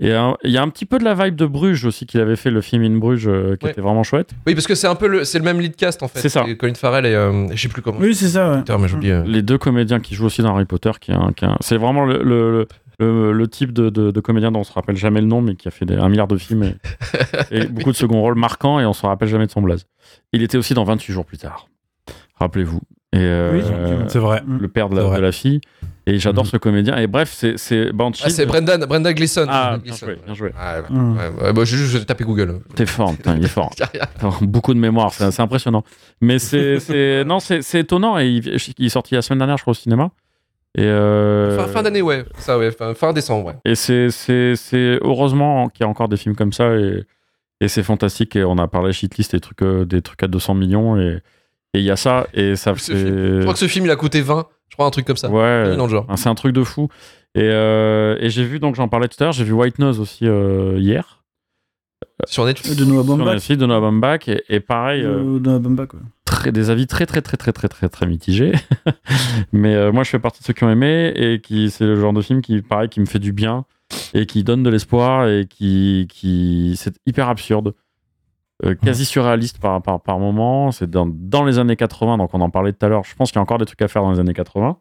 [SPEAKER 5] et un- il y a un petit peu de la vibe de Bruges aussi qu'il avait fait le film In Bruges euh, qui
[SPEAKER 2] Ouais.
[SPEAKER 5] était vraiment chouette.
[SPEAKER 2] Oui, parce que c'est un peu le, c'est le même lead cast en fait.
[SPEAKER 5] C'est ça.
[SPEAKER 2] Et Colin Farrell et euh, je sais plus comment.
[SPEAKER 4] Oui, c'est ça, ouais.
[SPEAKER 2] Putain, mais j'oublie. euh.
[SPEAKER 5] Les deux comédiens qui jouent aussi dans Harry Potter, qui est un- qui est un- c'est vraiment le, le, le- le type de, de- de comédien dont on se rappelle jamais le nom, mais qui a fait des- un milliard de films et, et beaucoup de second rôles marquants et on se rappelle jamais de son blaze. Il était aussi dans 28 jours plus tard. Rappelez-vous. Et, euh,
[SPEAKER 4] Oui,
[SPEAKER 6] C'est vrai.
[SPEAKER 5] le père de
[SPEAKER 6] C'est
[SPEAKER 5] la,
[SPEAKER 6] vrai.
[SPEAKER 5] de la fille. Et j'adore
[SPEAKER 6] Mhm.
[SPEAKER 5] ce comédien. Et bref, c'est- c'est Banshee.
[SPEAKER 2] Ah, c'est Brenda, Brenda Gleeson.
[SPEAKER 5] Ah,
[SPEAKER 2] Brenda
[SPEAKER 5] bien
[SPEAKER 2] Gleeson.
[SPEAKER 5] joué, bien joué.
[SPEAKER 2] Ah, ouais,
[SPEAKER 4] Hum.
[SPEAKER 2] ouais, ouais, bah, j'ai juste j'ai tapé Google.
[SPEAKER 5] T'es fort, putain, il est fort.
[SPEAKER 2] J'ai rien.
[SPEAKER 5] T'as Beaucoup de mémoire, c'est c'est impressionnant. Mais c'est, c'est- non, c'est c'est étonnant. Et il, il est sorti la semaine dernière, je crois, au cinéma. Et, euh,
[SPEAKER 2] Fin, fin d'année, ouais. Ça, ouais. Fin, fin décembre, ouais.
[SPEAKER 5] Et c'est, c'est, c'est heureusement qu'il y a encore des films comme ça et, et c'est fantastique. Et on a parlé shitlist des trucs, euh, des trucs à 200 millions et et il y a ça et ça
[SPEAKER 2] Ce
[SPEAKER 5] fait-
[SPEAKER 2] film- Je crois que ce film, il a coûté 20. Je crois un truc comme ça.
[SPEAKER 5] ouais,
[SPEAKER 2] Oui, dans le genre.
[SPEAKER 5] Ah, c'est un truc de fou. Et, euh, et j'ai vu donc j'en parlais tout à l'heure, j'ai vu White Noise aussi euh, hier.
[SPEAKER 2] Sur Netflix.
[SPEAKER 4] De Noah
[SPEAKER 5] Sur
[SPEAKER 4] Baumbach.
[SPEAKER 5] Netflix, de Noah Baumbach et, et pareil. euh,
[SPEAKER 4] Euh, De Noah Baumbach, quoi.
[SPEAKER 5] très, des avis très très très très très très très mitigés. Mais euh, moi, je fais partie de ceux qui ont aimé et qui c'est le genre de film qui pareil qui me fait du bien et qui donne de l'espoir et qui qui c'est hyper absurde. Euh, quasi surréaliste par, par, par moment, c'est dans, dans les années 80, donc on en parlait tout à l'heure. Je pense qu'il y a encore des trucs à faire dans les années 80,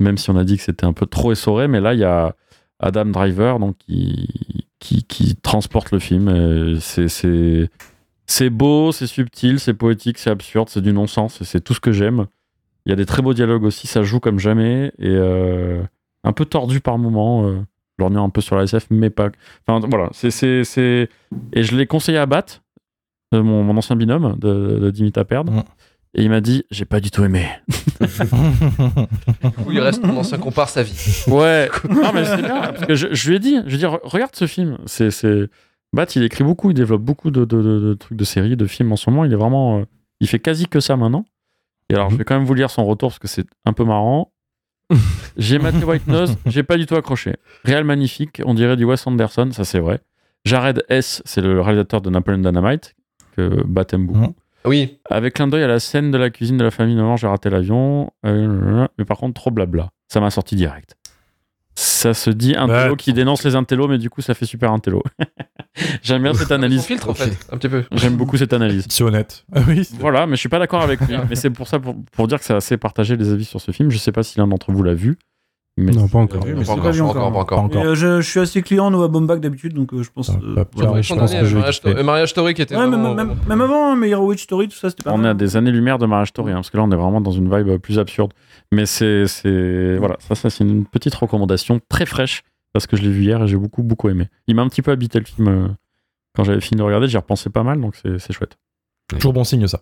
[SPEAKER 5] même si on a dit que c'était un peu trop essoré, mais là il y a Adam Driver donc, qui, qui, qui transporte le film. euh, c'est- C'est c'est beau, c'est subtil, c'est poétique, c'est absurde, c'est du non-sens, et c'est tout ce que j'aime. Il y a des très beaux dialogues aussi, ça joue comme jamais, et euh, un peu tordu par moments, euh, lorgnant un peu sur la SF, mais pas. Enfin voilà, c'est. c'est- c'est- Et je l'ai conseillé à Bat, euh, mon, mon ancien binôme de, de Dimita Perd,
[SPEAKER 6] Mm.
[SPEAKER 5] et il m'a dit J'ai pas du tout aimé.
[SPEAKER 2] Où il reste mon ancien compare sa vie.
[SPEAKER 5] Ouais, non, mais c'est bien, parce que je, je lui ai dit, je lui ai dit, Re- regarde ce film. C'est, c'est... Bat, il écrit beaucoup, il développe beaucoup de, de- de- de trucs de séries, de films en ce moment. Il est vraiment. euh, il fait quasi que ça maintenant. Et alors, je vais quand même vous lire son retour parce que c'est un peu marrant. J'ai maté White Nose, j'ai pas du tout accroché. Réal magnifique, on dirait du Wes Anderson, ça c'est vrai. Jared S, c'est le réalisateur de Napoleon Dynamite, que Bat aime beaucoup.
[SPEAKER 6] Mhm.
[SPEAKER 2] Oui.
[SPEAKER 5] Avec clin d'œil à la scène de la cuisine de la famille, non, j'ai raté l'avion. euh, mais par contre, trop blabla. Ça m'a sorti direct. Ça se dit un
[SPEAKER 6] Bah,
[SPEAKER 5] télo qui dénonce les intellos, mais du coup, ça fait super intello. J'aime bien cette
[SPEAKER 2] Son
[SPEAKER 5] analyse.
[SPEAKER 2] filtre, en fait. Un petit peu.
[SPEAKER 5] J'aime beaucoup cette analyse.
[SPEAKER 6] C'est honnête. Ah oui. c'est-
[SPEAKER 5] Voilà, mais je suis pas d'accord avec lui. mais c'est pour ça, pour, pour dire que c'est assez partagé les avis sur ce film. Je sais pas si l'un d'entre vous l'a vu. Mais
[SPEAKER 3] Non, pas encore.
[SPEAKER 4] mais
[SPEAKER 2] Pas
[SPEAKER 4] c'est
[SPEAKER 2] encore,
[SPEAKER 4] pas vu
[SPEAKER 2] pas
[SPEAKER 4] encore.
[SPEAKER 2] encore, pas encore.
[SPEAKER 6] Pas encore.
[SPEAKER 4] Et, euh, je, je suis assez client Noah Baumbach d'habitude, donc euh, je pense.
[SPEAKER 3] Hop,
[SPEAKER 4] euh,
[SPEAKER 3] hop,
[SPEAKER 4] voilà.
[SPEAKER 3] pareil, je pense que je vais
[SPEAKER 2] mariage,
[SPEAKER 3] kiffer.
[SPEAKER 2] euh, mariage Story qui était.
[SPEAKER 4] Ouais,
[SPEAKER 2] vraiment- euh,
[SPEAKER 4] même, même, même avant, hein, mais Hero Witch Story, tout ça, c'était pas
[SPEAKER 5] on est
[SPEAKER 4] mal.
[SPEAKER 5] à des années-lumière de Marriage Story, hein, parce que là, on est vraiment dans une vibe euh, plus absurde. Mais c'est. c'est- Voilà, ça, ça, c'est une petite recommandation très fraîche, parce que je l'ai vu hier et j'ai beaucoup, beaucoup aimé. Il m'a un petit peu habité le film. euh, Quand j'avais fini de le regarder, j'y repensais pas mal, donc c'est c'est chouette.
[SPEAKER 6] Toujours bon signe ça.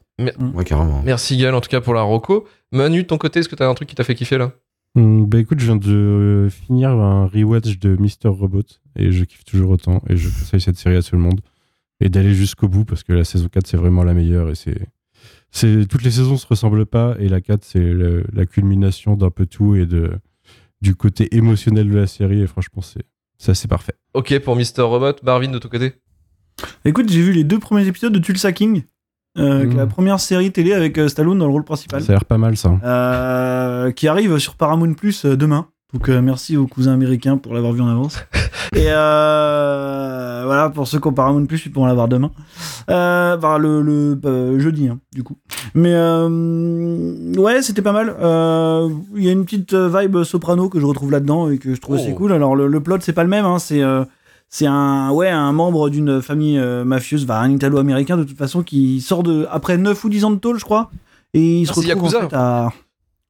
[SPEAKER 1] Ouais, carrément.
[SPEAKER 2] Merci Gal en tout cas pour la Rocco. Manu de ton côté, est-ce que t'as un truc qui t'a fait kiffer là
[SPEAKER 3] Hum, bah écoute, je viens de euh, finir un rewatch de Mister Robot et je kiffe toujours autant et je conseille cette série à tout le monde et d'aller jusqu'au bout parce que la saison 4 c'est vraiment la meilleure et c'est c'est toutes les saisons se ressemblent pas et la 4 c'est le- la culmination d'un peu tout et de du côté émotionnel de la série et franchement c'est ça c'est parfait.
[SPEAKER 2] Ok pour Mister Robot, Barvin de ton côté.
[SPEAKER 4] Écoute, j'ai vu les deux premiers épisodes de Tulsa King, euh, qui est la
[SPEAKER 3] Mm.
[SPEAKER 4] première série télé avec euh, Stallone dans le rôle principal,
[SPEAKER 3] Ça a l'air pas mal ça.
[SPEAKER 4] euh, qui arrive sur Paramount Plus euh, demain. Donc euh, merci aux cousins américains pour l'avoir vu en avance. Et euh, voilà, pour ceux qui ont Paramount Plus, ils pourront l'avoir demain. Euh, bah, le, le bah, jeudi, hein, du coup. Mais euh, ouais, c'était pas mal. Euh, Il y a une petite euh, vibe soprano que je retrouve là-dedans et que je trouve
[SPEAKER 2] Oh.
[SPEAKER 4] assez cool. Alors le, le plot, c'est pas le même. Hein, c'est euh, c'est un ouais un membre d'une famille euh, mafieuse, bah, un Italo-américain de toute façon, qui sort de après 9 ou 10 ans de tôle, je crois, et il se
[SPEAKER 2] Ah, c'est
[SPEAKER 4] retrouve en
[SPEAKER 2] Yakuza.
[SPEAKER 4] fait, à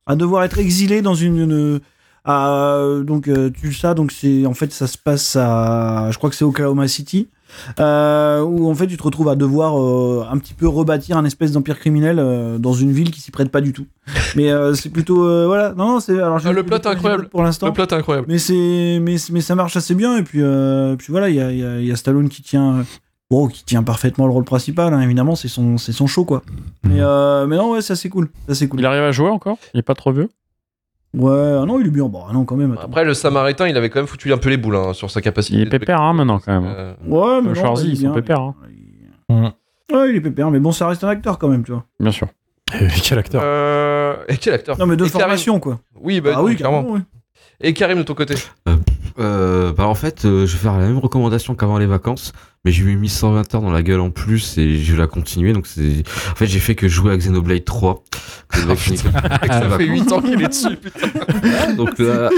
[SPEAKER 4] à devoir être exilé dans une, une- à, donc euh, Tulsa. Donc c'est en fait ça se passe à je crois que c'est Oklahoma City euh, où en fait tu te retrouves à devoir euh, un petit peu rebâtir un espèce d'empire criminel euh, dans une ville qui s'y prête pas du tout. Mais euh, c'est plutôt euh, voilà non non c'est alors j'ai
[SPEAKER 2] Ah, le
[SPEAKER 4] vu
[SPEAKER 2] plot
[SPEAKER 4] quelques
[SPEAKER 2] incroyable.
[SPEAKER 4] épisodes pour l'instant.
[SPEAKER 2] Le plot est incroyable.
[SPEAKER 4] Mais c'est mais, c'est- mais ça marche assez bien et puis euh, puis voilà il y a, il y a- il y a Stallone qui tient euh, bon, qui tient parfaitement le rôle principal hein, évidemment c'est son c'est son show quoi. Mais euh, mais non ouais ça c'est cool ça c'est
[SPEAKER 5] Mhm. Il
[SPEAKER 4] cool.
[SPEAKER 5] arrive à jouer encore Il est pas trop vieux
[SPEAKER 4] Ouais ah non il est bien bon ah non quand même attends.
[SPEAKER 2] Après le Samaritain, il avait quand même foutu un peu les boules hein, sur sa capacité.
[SPEAKER 5] Il est
[SPEAKER 2] de-
[SPEAKER 5] pépère hein, maintenant quand même.
[SPEAKER 2] Euh,
[SPEAKER 4] Ouais mais non, bah, il
[SPEAKER 5] Schwarzy,
[SPEAKER 4] est
[SPEAKER 5] ils sont
[SPEAKER 4] bien,
[SPEAKER 5] pépères, hein.
[SPEAKER 4] il- Ouais il est pépère mais bon ça reste un acteur quand même tu vois.
[SPEAKER 5] Bien sûr.
[SPEAKER 6] Et Quel acteur.
[SPEAKER 2] euh, Et quel acteur
[SPEAKER 4] Non mais de
[SPEAKER 2] Et Karim-
[SPEAKER 4] formation quoi.
[SPEAKER 2] Oui, bah,
[SPEAKER 4] ah oui
[SPEAKER 2] clairement.
[SPEAKER 4] carrément. ouais.
[SPEAKER 2] Et Karim de ton côté.
[SPEAKER 1] Euh, bah en fait, euh, je vais faire la même recommandation qu'avant les vacances, mais j'ai mis 120 heures dans la gueule en plus et je vais la continuer. Donc c'est, en fait, j'ai fait que jouer à Xenoblade 3. Xenoblade Chronicles.
[SPEAKER 5] Ah,
[SPEAKER 2] Ça fait 8 ans qu'il est dessus. putain.
[SPEAKER 1] donc là,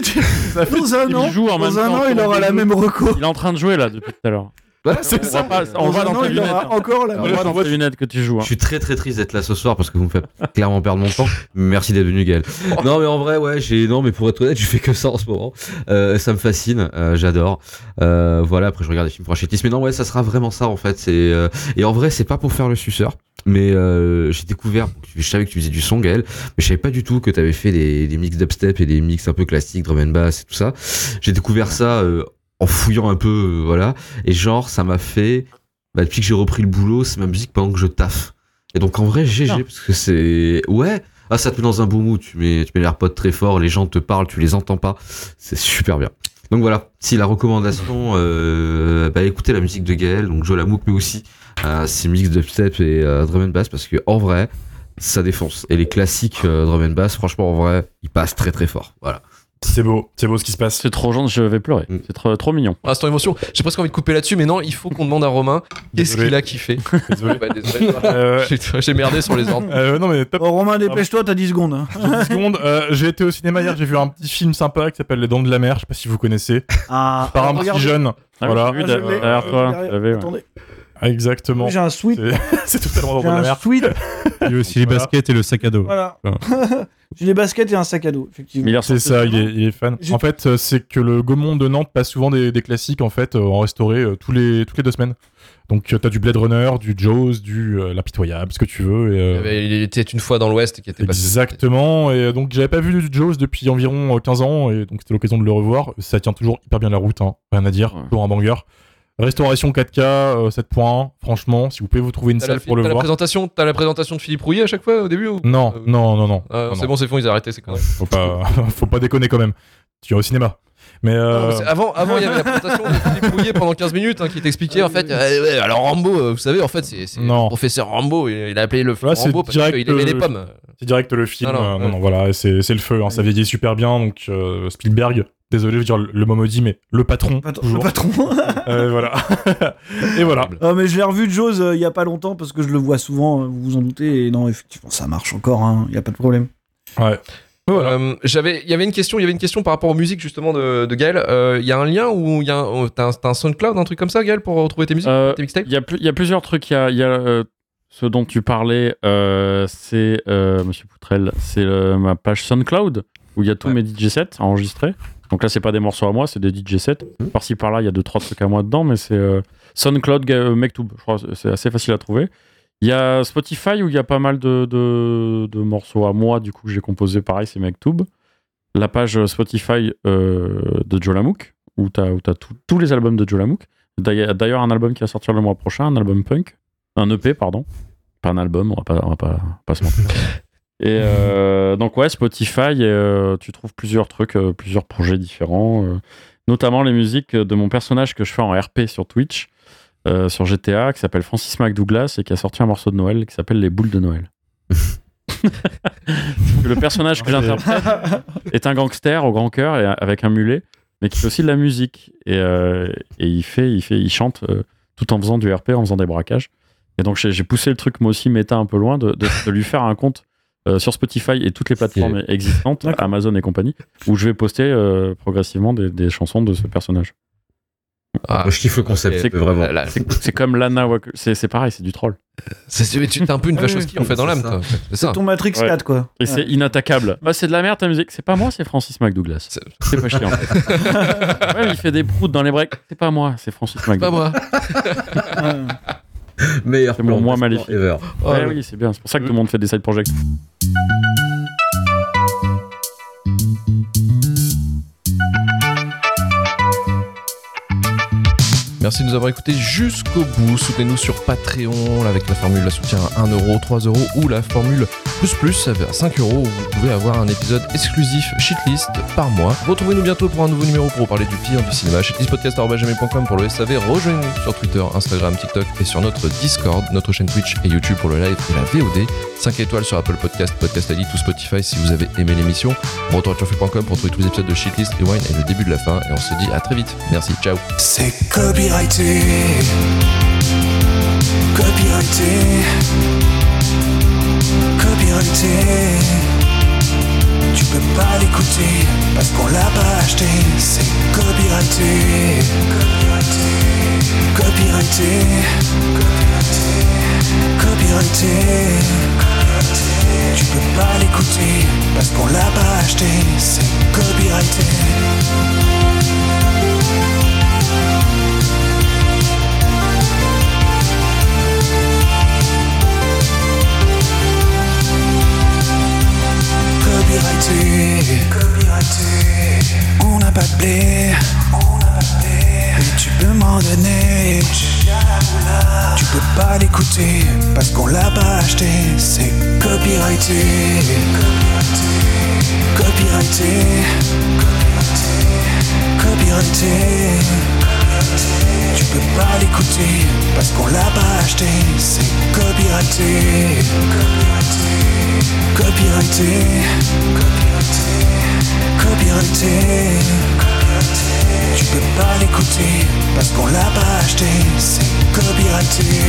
[SPEAKER 4] Dans un
[SPEAKER 5] Il
[SPEAKER 4] an,
[SPEAKER 5] joue en même
[SPEAKER 4] dans un
[SPEAKER 5] temps
[SPEAKER 4] an,
[SPEAKER 5] qu'on
[SPEAKER 4] il aura
[SPEAKER 5] joue.
[SPEAKER 4] la même reco.
[SPEAKER 5] Il est en train de jouer là depuis tout à l'heure. Voilà, c'est ça. on va dans
[SPEAKER 4] Non,
[SPEAKER 5] tes
[SPEAKER 4] il y
[SPEAKER 5] lunettes.
[SPEAKER 4] aura
[SPEAKER 5] hein.
[SPEAKER 4] encore la
[SPEAKER 5] On va dans tes lunettes que tu joues.
[SPEAKER 1] Je
[SPEAKER 5] hein.
[SPEAKER 1] suis très très triste d'être là ce soir parce que vous me faites clairement perdre mon temps. Merci d'être venu Gaël. Non mais en vrai ouais j'ai non mais pour être honnête je fais que ça en ce moment. Euh, ça me fascine, euh, j'adore. Euh, voilà après je regarde des films franchettistes mais non ouais ça sera vraiment ça en fait c'est euh, et en vrai c'est pas pour faire le suceur mais euh, j'ai découvert je savais que tu faisais du son Gaël mais je savais pas du tout que tu avais fait des, des mix d'upstep et des mix un peu classiques drum and bass et tout ça. J'ai découvert ça euh, en fouillant un peu euh, voilà et genre ça m'a fait bah, depuis que j'ai repris le boulot, c'est ma musique pendant que je taffe. Et donc en vrai, GG, parce que c'est. Ouais! Ah, ça te met dans un bon mood, tu mets, tu mets l'AirPod très fort, les gens te parlent, tu les entends pas. C'est super bien. Donc voilà, si la recommandation, euh, bah écoutez la musique de Gaël, donc Joe Lamouk, mais aussi euh, ses mix dubstep et euh, drum and bass, parce que en vrai, ça défonce. Et les classiques euh, drum and bass, franchement, en vrai, ils passent très très fort. Voilà.
[SPEAKER 6] C'est beau, c'est beau ce qui se passe.
[SPEAKER 5] C'est trop gentil, je vais pleurer.
[SPEAKER 1] Mm.
[SPEAKER 5] C'est trop, trop mignon.
[SPEAKER 2] Instant émotion. J'ai presque envie de couper là-dessus, mais non, il faut qu'on demande à Romain qu'est-ce
[SPEAKER 6] Désolé.
[SPEAKER 2] qu'il a kiffé.
[SPEAKER 6] Désolé.
[SPEAKER 2] Bah, désolé.
[SPEAKER 6] Euh,
[SPEAKER 2] J'ai- J'ai merdé sur les ordres.
[SPEAKER 6] euh, non mais top.
[SPEAKER 4] Oh Romain, dépêche-toi, t'as 10 secondes. hein.
[SPEAKER 6] J'ai 10 secondes. Euh, j'ai été au cinéma hier, j'ai vu un petit film sympa qui s'appelle Les Dents de la Mer, je sais pas si vous connaissez,
[SPEAKER 4] Ah,
[SPEAKER 6] par un
[SPEAKER 4] regardez.
[SPEAKER 6] petit jeune.
[SPEAKER 5] Ah,
[SPEAKER 6] Voilà.
[SPEAKER 5] j'ai vu derrière-
[SPEAKER 4] Ah, je l'ai.
[SPEAKER 5] derrière toi,
[SPEAKER 4] Derrière.
[SPEAKER 5] j'avais, ouais.
[SPEAKER 4] Attendez,
[SPEAKER 6] Exactement.
[SPEAKER 4] j'ai un sweat.
[SPEAKER 6] C'est totalement
[SPEAKER 4] J'ai
[SPEAKER 6] dans la
[SPEAKER 4] un
[SPEAKER 6] mer.
[SPEAKER 4] sweat.
[SPEAKER 3] Il y a aussi les
[SPEAKER 6] Voilà.
[SPEAKER 3] baskets et le sac à dos.
[SPEAKER 4] Voilà. J'ai des baskets et un sac à dos, effectivement.
[SPEAKER 5] Mais il est
[SPEAKER 6] C'est
[SPEAKER 5] ressorti
[SPEAKER 6] ça,
[SPEAKER 5] au
[SPEAKER 6] il
[SPEAKER 5] cinéma.
[SPEAKER 6] est, il est fan.
[SPEAKER 4] J'ai-
[SPEAKER 6] En fait, euh, c'est que le Gaumont de Nantes passe souvent des, des classiques en fait euh, en restauré euh, tous les toutes les deux semaines. Donc euh, t'as du Blade Runner, du Jaws, du euh, l'impitoyable, ce que tu veux. Et, euh,
[SPEAKER 2] Il était une fois dans l'Ouest et qui était passé.
[SPEAKER 6] Exactement, et euh, donc j'avais pas vu du Jaws depuis environ euh, 15 ans, et donc c'était l'occasion de le revoir. Ça tient toujours hyper bien la route, hein. rien à dire,
[SPEAKER 5] Ouais.
[SPEAKER 6] pour un banger. Restauration 4K, euh, 7.1, franchement, si vous pouvez vous trouver une
[SPEAKER 2] T'as la,
[SPEAKER 6] salle pour le
[SPEAKER 2] t'as la
[SPEAKER 6] voir.
[SPEAKER 2] présentation, t'as la présentation de Philippe Rouillet à chaque fois au début ou...
[SPEAKER 6] Non,
[SPEAKER 2] Euh,
[SPEAKER 6] non, non, non.
[SPEAKER 2] Euh,
[SPEAKER 6] Non,
[SPEAKER 2] c'est
[SPEAKER 6] non. Euh,
[SPEAKER 2] bon, c'est bon, ils ont arrêté, c'est quand même.
[SPEAKER 6] Faut pas, faut pas déconner quand même. Tu vas au cinéma. Mais
[SPEAKER 2] Non,
[SPEAKER 6] euh,
[SPEAKER 2] mais c'est- Avant, avant, il y avait la présentation de Philippe Rouillet pendant 15 minutes hein, qui t'expliquait en fait. euh, ouais, alors Rambo, euh, vous savez, en fait, c'est c'est
[SPEAKER 6] Non.
[SPEAKER 2] le professeur Rambo. Il, il a appelé le feu
[SPEAKER 6] Là, c'est
[SPEAKER 2] Rambo parce
[SPEAKER 6] direct,
[SPEAKER 2] qu'il aimait
[SPEAKER 6] euh,
[SPEAKER 2] les pommes.
[SPEAKER 6] c'est direct le film. euh,
[SPEAKER 2] Non, non,
[SPEAKER 6] Non, non,
[SPEAKER 2] ouais.
[SPEAKER 6] voilà, c'est c'est le feu. hein, Ça vieillit super bien. Donc euh, Spielberg, désolé, je veux dire le, le mot maudit, mais le patron.
[SPEAKER 4] Patron-
[SPEAKER 6] toujours.
[SPEAKER 4] le patron.
[SPEAKER 6] Euh, voilà. et voilà.
[SPEAKER 4] Ah, mais je l'ai revu de Jaws euh, il y a pas longtemps parce que je le vois souvent, euh, vous vous en doutez. Et non, effectivement, ça marche encore, hein, il y a pas de problème.
[SPEAKER 2] Euh, J'avais, il y avait une question, il y avait une question par rapport aux musiques justement de, de Gaël. Euh, Il y a un lien où il y a, un- oh, t'as un, t'as un SoundCloud, un truc comme ça, Gaël, pour retrouver tes musiques,
[SPEAKER 5] Euh,
[SPEAKER 2] tes mixtapes.
[SPEAKER 5] Il y, a plus- il y a plusieurs trucs. Il y a, il y a, euh, ce dont tu parlais, euh, c'est euh, Monsieur Poutrel, c'est euh, ma page SoundCloud où il y a tous
[SPEAKER 2] Ouais.
[SPEAKER 5] mes DJ sets enregistrés. Donc là, c'est pas des morceaux à moi, c'est des DJ sets. Par-ci par-là, il y a deux trois trucs à moi dedans, mais c'est euh, SoundCloud Ga- euh, Mektoub. Je crois que c'est assez facile à trouver. Il y a Spotify où il y a pas mal de, de- de morceaux à moi, du coup que j'ai composé pareil, c'est Mektoub. La page Spotify euh, de Jolamook où tu as, tous les albums de Jolamook. D'ailleurs, d'ailleurs, un album qui va sortir le mois prochain, un album punk, un EP, pardon. Pas un album, on va pas, on va pas, pas se mentir. Et euh, donc, ouais, Spotify, euh, tu trouves plusieurs trucs, euh, plusieurs projets différents, euh, notamment les musiques de mon personnage que je fais en RP sur Twitch, euh, sur GTA, qui s'appelle Francis McDouglas et qui a sorti un morceau de Noël qui s'appelle Les Boules de Noël. le personnage que j'interprète est un gangster au grand cœur et avec un mulet, mais qui fait aussi de la musique. Et, euh, et il fait, il fait, il chante euh, tout en faisant du RP, en faisant des braquages. Et donc j'ai j'ai poussé le truc moi aussi méta un peu loin de, de- de lui faire un compte euh, sur Spotify et toutes les plateformes existantes,
[SPEAKER 4] D'accord.
[SPEAKER 5] Amazon et compagnie, où je vais poster euh, progressivement des, des chansons de ce personnage.
[SPEAKER 2] Ah,
[SPEAKER 1] je kiffe le concept,
[SPEAKER 5] c'est-
[SPEAKER 1] vraiment.
[SPEAKER 2] là, là,
[SPEAKER 5] C'est c'est comme Lana Walker, c'est c'est pareil, c'est du troll.
[SPEAKER 2] c'est- mais tu- T'es un peu une
[SPEAKER 4] Ah oui,
[SPEAKER 2] Wachowski en fait dans
[SPEAKER 1] c'est
[SPEAKER 2] l'âme,
[SPEAKER 1] ça.
[SPEAKER 2] toi, en fait. c'est ça.
[SPEAKER 4] Ton Matrix
[SPEAKER 5] Ouais.
[SPEAKER 4] 4, quoi.
[SPEAKER 5] Et c'est inattaquable. Bah, c'est de la merde ta musique. C'est pas moi, c'est Francis McDouglas.
[SPEAKER 2] C'est-
[SPEAKER 5] C'est pas chiant. ouais, il fait des proutes dans les breaks. C'est pas moi, c'est Francis
[SPEAKER 2] Pas
[SPEAKER 5] McDouglas.
[SPEAKER 2] moi.
[SPEAKER 4] Ouais.
[SPEAKER 1] Meilleur
[SPEAKER 5] C'est mon moi
[SPEAKER 1] plan
[SPEAKER 5] maléfique.
[SPEAKER 1] d'espoir ever.
[SPEAKER 2] Oh,
[SPEAKER 5] Ah Ouais,
[SPEAKER 2] le-
[SPEAKER 5] oui, c'est bien. C'est pour ça que tout le monde fait des side projects.
[SPEAKER 2] Merci de nous avoir écoutés jusqu'au bout. Soutenez-nous sur Patreon là, avec la formule soutien à 1 euro, 3 euros ou la formule plus plus à 5 euros où vous pouvez avoir un épisode exclusif shitlist par mois. Retrouvez-nous bientôt pour un nouveau numéro pour parler du pire du cinéma. Shitlistpodcast.com pour le SAV. Rejoignez-nous sur Twitter, Instagram, TikTok et sur notre Discord, notre chaîne Twitch et YouTube pour le live et la VOD. 5 étoiles sur Apple Podcast, Podcast Addict ou Spotify si vous avez aimé l'émission. Retour à turfu.com pour trouver tous les épisodes de Shitlist, Rewind et le début de la fin. Et on se dit à très vite. Merci, ciao.
[SPEAKER 7] C'est copyrighté. Copyrighté. Copyrighté. Tu peux pas l'écouter parce qu'on l'a pas acheté. C'est copyrighté. Copyrighté. copyrighté, copyrighté, Tu peux pas l'écouter parce qu'on l'a pas acheté, c'est copyrighté. Copyrighté, copyrighté. On n'a pas de blé, on n'a pas de blé. Et tu peux m'en donner, tu peux pas l'écouter parce qu'on l'a pas acheté. C'est copyrighté, copyrighté, copyrighté, copyrighté. Tu peux pas l'écouter parce qu'on l'a pas acheté. C'est copyrighté, copyrighté, copyrighté. Copyrighté Tu peux pas l'écouter Parce qu'on l'a pas acheté C'est copyrighté